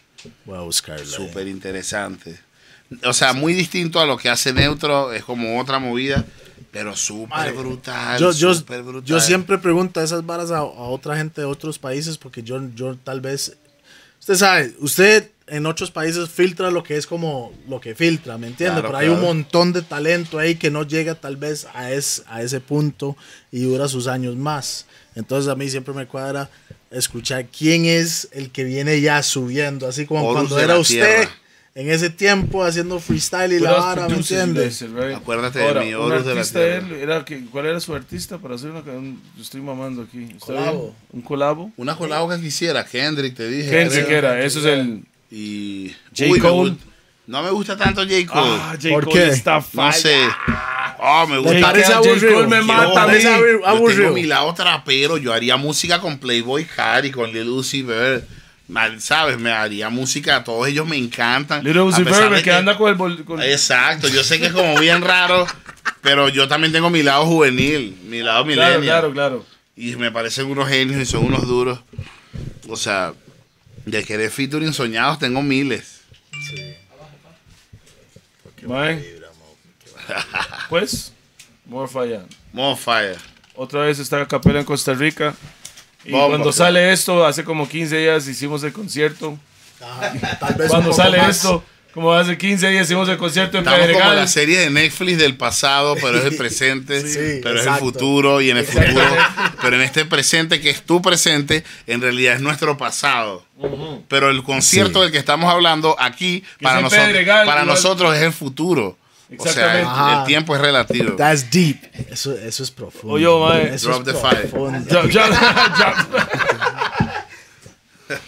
Voy a buscarlo.
Súper interesante. O sea, muy distinto a lo que hace Neutro, es como otra movida, pero
Madre,
súper brutal.
Yo, yo,
súper brutal.
yo siempre pregunto esas varas a, a otra gente de otros países porque yo, yo tal vez... Usted sabe, usted en otros países filtra lo que es como lo que filtra, ¿me entiende?
Claro,
Pero hay
claro.
un montón de talento ahí que no llega tal vez a, es, a ese punto y dura sus años más. Entonces a mí siempre me cuadra escuchar quién es el que viene ya subiendo, así como
Horus
cuando
de
era
la
usted.
tierra.
En ese tiempo haciendo freestyle y la
Pero
vara, ¿me
producers,
entiendes?
you guys, right?
Acuérdate de mi
un
Horus de la
artista
Tierra.
él era que- ¿Cuál era su artista para hacer una canción? Estoy mamando aquí. ¿Está bien?
Colabo.
¿Un colabo?
Una colabo que quisiera, Kendrick, te dije.
Kendrick
creo.
era, eso es el...
Y.
J.
Uy, me
Cole.
gust- no me gusta tanto J. Cole.
Ah, J.
¿Por
Cole
qué?
está falla.
no sé. Ah, me
Me
gusta.
parece
J. Cole
aburrido.
me
Yo-
mata a
me parece
mí.
abur-
Yo tengo
aburrido.
mi lado trapero. Yo haría música con Playboy Cari, con Lil Uzi Vert. Mal, ¿Sabes? Me haría música. Todos ellos me encantan.
Little
A
Uzi
pesar
Vert,
de
que anda con el... bol- con-
Exacto, yo sé que es como bien raro, pero yo también tengo mi lado juvenil, mi lado
Claro,
millennial.
claro, claro.
Y me parecen unos genios y son unos duros. O sea, de querer featuring soñados tengo miles.
Mae. Pues, more falla.
Mofire.
Otra vez está a capela en Costa Rica. Y
Bomba,
cuando
claro.
sale esto, hace como 15 días hicimos el concierto.
Ajá, tal vez un
Cuando
poco
sale
más.
esto, Como hace 15 días hicimos el concierto en
Estamos como la
Pedregal.
serie de Netflix del pasado, pero es el presente,
Sí,
pero es el
exacto.
futuro y en el futuro, pero en este presente que es tu presente, en realidad es nuestro pasado. Pero el concierto
Sí.
del que estamos hablando aquí para
es en
nosotros,
Pedregal,
para
igual.
nosotros es el futuro. O sea,
Exactamente.
el- el,
Ajá.
tiempo es relativo.
That's deep. Eso, eso es profundo.
Oye, mae.
Eso
Drop
es
the fire.
Ya-
profundo.
ya- ya.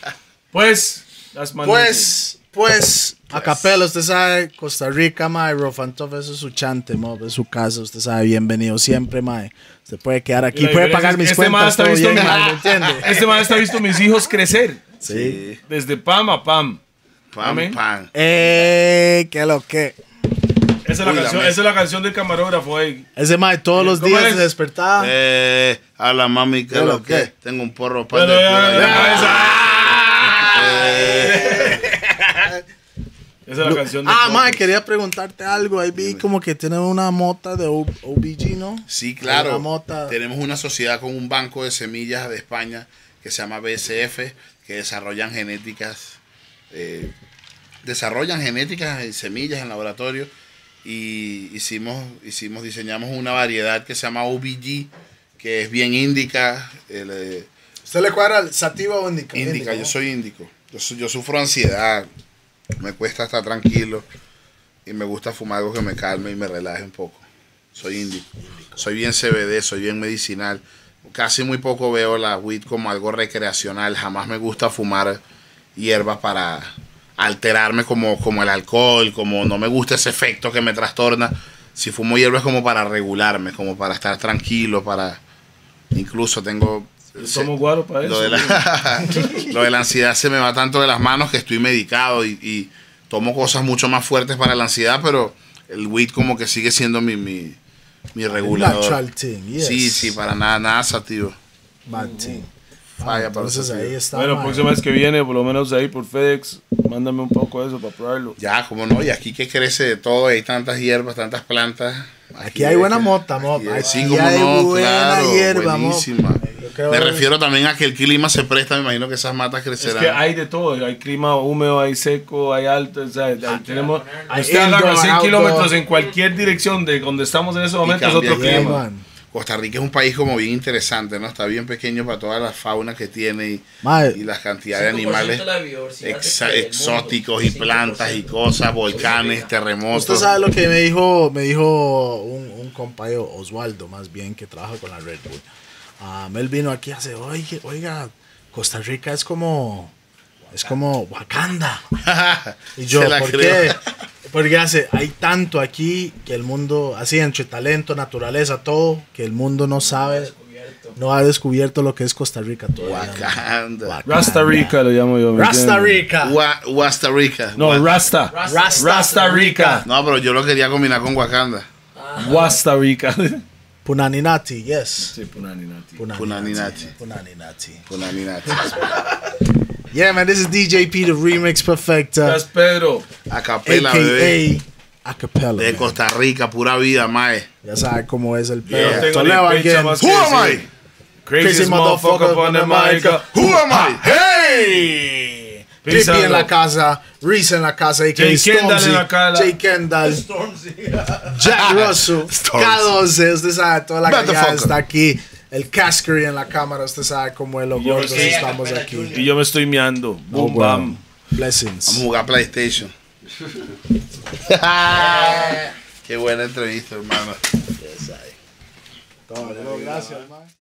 Pues, las manos.
Pues, pues, a capela, usted sabe, Costa Rica, mae, Rofantov, eso es su chante, mo, es su casa, usted sabe, bienvenido siempre, mae. Usted puede quedar
Y
aquí,
la
puede
diferencia
pagar
es
mis
que este mae
cuentas,
está
todo
visto
bien,
mi-
mae,
Ah,
¿me entiende?
Este man está visto mis hijos crecer.
Sí.
Desde pam a pam.
Pam,
Amén.
pam.
Eh, qué lo que.
Esa es la,
Uy, la
canción,
mesa.
esa es la canción del camarógrafo ahí.
Ese mae todos los
Eh, ¿Cómo
días
es?
se despertaba.
Eh, a la mami que
Yo
lo
lo
que
que.
tengo un porro para
Pero ya- ya- esa.
Eh.
Esa es la canción de
ah,
Coco.
mae, quería preguntarte algo. Ahí vi como que tienen una mota de O- OBG, ¿no?
Sí, claro.
Una mota.
Tenemos una sociedad con un banco de semillas de España que se llama BCF, que desarrollan genéticas, eh, desarrollan genéticas y semillas en laboratorio y hicimos, hicimos, diseñamos una variedad que se llama OBG, que es bien índica, el, eh,
¿Usted le cuadra el sativa o indica?
índica, yo soy índico, yo, su- yo sufro ansiedad, me cuesta estar tranquilo y me gusta fumar algo que me calme y me relaje un poco. Soy índico, soy bien CBD, soy bien medicinal. Casi muy poco veo la weed como algo recreacional, jamás me gusta fumar hierbas para alterarme como, como el alcohol, como no me gusta ese efecto que me trastorna. Si fumo hierbas como para regularme, como para estar tranquilo, para... Incluso tengo...
Somos guaros para eso.
Lo de, la, lo de la ansiedad se me va tanto de las manos que estoy medicado y, y tomo cosas mucho más fuertes para la ansiedad, pero el weed como que sigue siendo mi, mi, mi regulador.
Natural thing, yes.
Sí, sí, para nada, nada sativo.
Bad thing.
Falla para
Ah, Entonces
usted,
ahí
tío.
está.
Bueno,
mae.
próxima vez que viene, por lo menos ahí por FedEx, mándame un poco de eso para probarlo.
Ya, como no, y aquí que crece de todo, hay tantas hierbas, tantas plantas.
Aquí hay buena mota, mo.
aquí hay-
Aquí
Sí, como
hay
no,
buena
claro,
hierba, mo.
buenísima.
Yo creo
Me
que-
refiero también a que el clima se presta, me imagino que esas matas
Es
crecerán.
que hay de todo, hay clima húmedo, hay seco, hay alto, o sea,
Ah,
ahí tenemos,
Hay
usted agarra
indoor,
100
outdoor.
kilómetros en cualquier dirección de donde estamos en ese momento, es
cambia
otro
el
Yeah,
clima.
clima.
man.
Costa Rica es un país como bien interesante, ¿no? Está bien pequeño para toda la fauna que tiene y,
Mae,
y la cantidad de animales
la biodiversidad
exa-
del mundo.
exóticos y
5%.
plantas y cosas, volcanes,
Costa Rica.
terremotos.
Usted sabe lo que me dijo, me dijo un, un compañero, Oswaldo, más bien, que trabaja con la Red Bull. Ah, él vino aquí y hace, oiga, oiga, Costa Rica es como, es como Wakanda. Y yo,
Se la
¿por
creo.
qué? Porque hace, hay tanto aquí que el mundo, así entre talento, naturaleza, todo, que el mundo no sabe, no ha descubierto lo que es Costa Rica todavía.
Wakanda.
Wakanda.
Rasta Rica lo llamo yo. ¿me
Rasta
entiendes?
Rica.
Gua- Costa Rica.
No,
Gua-
Rasta.
Rasta.
Rasta Rica.
No, pero yo lo quería combinar con Wakanda.
Rasta Rica. pues,
Punaninati, yes.
Sí, Punani Nati.
Punaninati.
Punaninati.
Punaninati.
Yeah, man, this is DJ P, the
Gracias,
remix perfecta,
Pedro.
Acapela, bebé.
aka Acapella.
De
man.
Costa Rica, pura vida, mae.
Ya sabe cómo es el
Yo no
pedo.
tengo ni
Toledo
pincha
again.
más
Who
que
am
decir.
I?
Craziest motherfucker on the mic.
Who am I?
Hey!
Peace
Trippy en
out.
la casa, Reese en la casa, aka
Jay Kendall
Stormzy,
en la cara.
Jay Kendall,
Stormzy.
Jack Russell,
Stormzy.
K12, usted sabe, toda la calle
Motherfucker.
está aquí, el Caskery en la cámara, usted sabe cómo es, los
Yo
gordos
sé,
estamos
Acapella
aquí.
Junior.
Y yo me estoy meando. Boom,
bueno.
bam.
Vamos a
Blessings.
jugar PlayStation.
Eh.
Qué buena entrevista, hermano.
Gracias, man.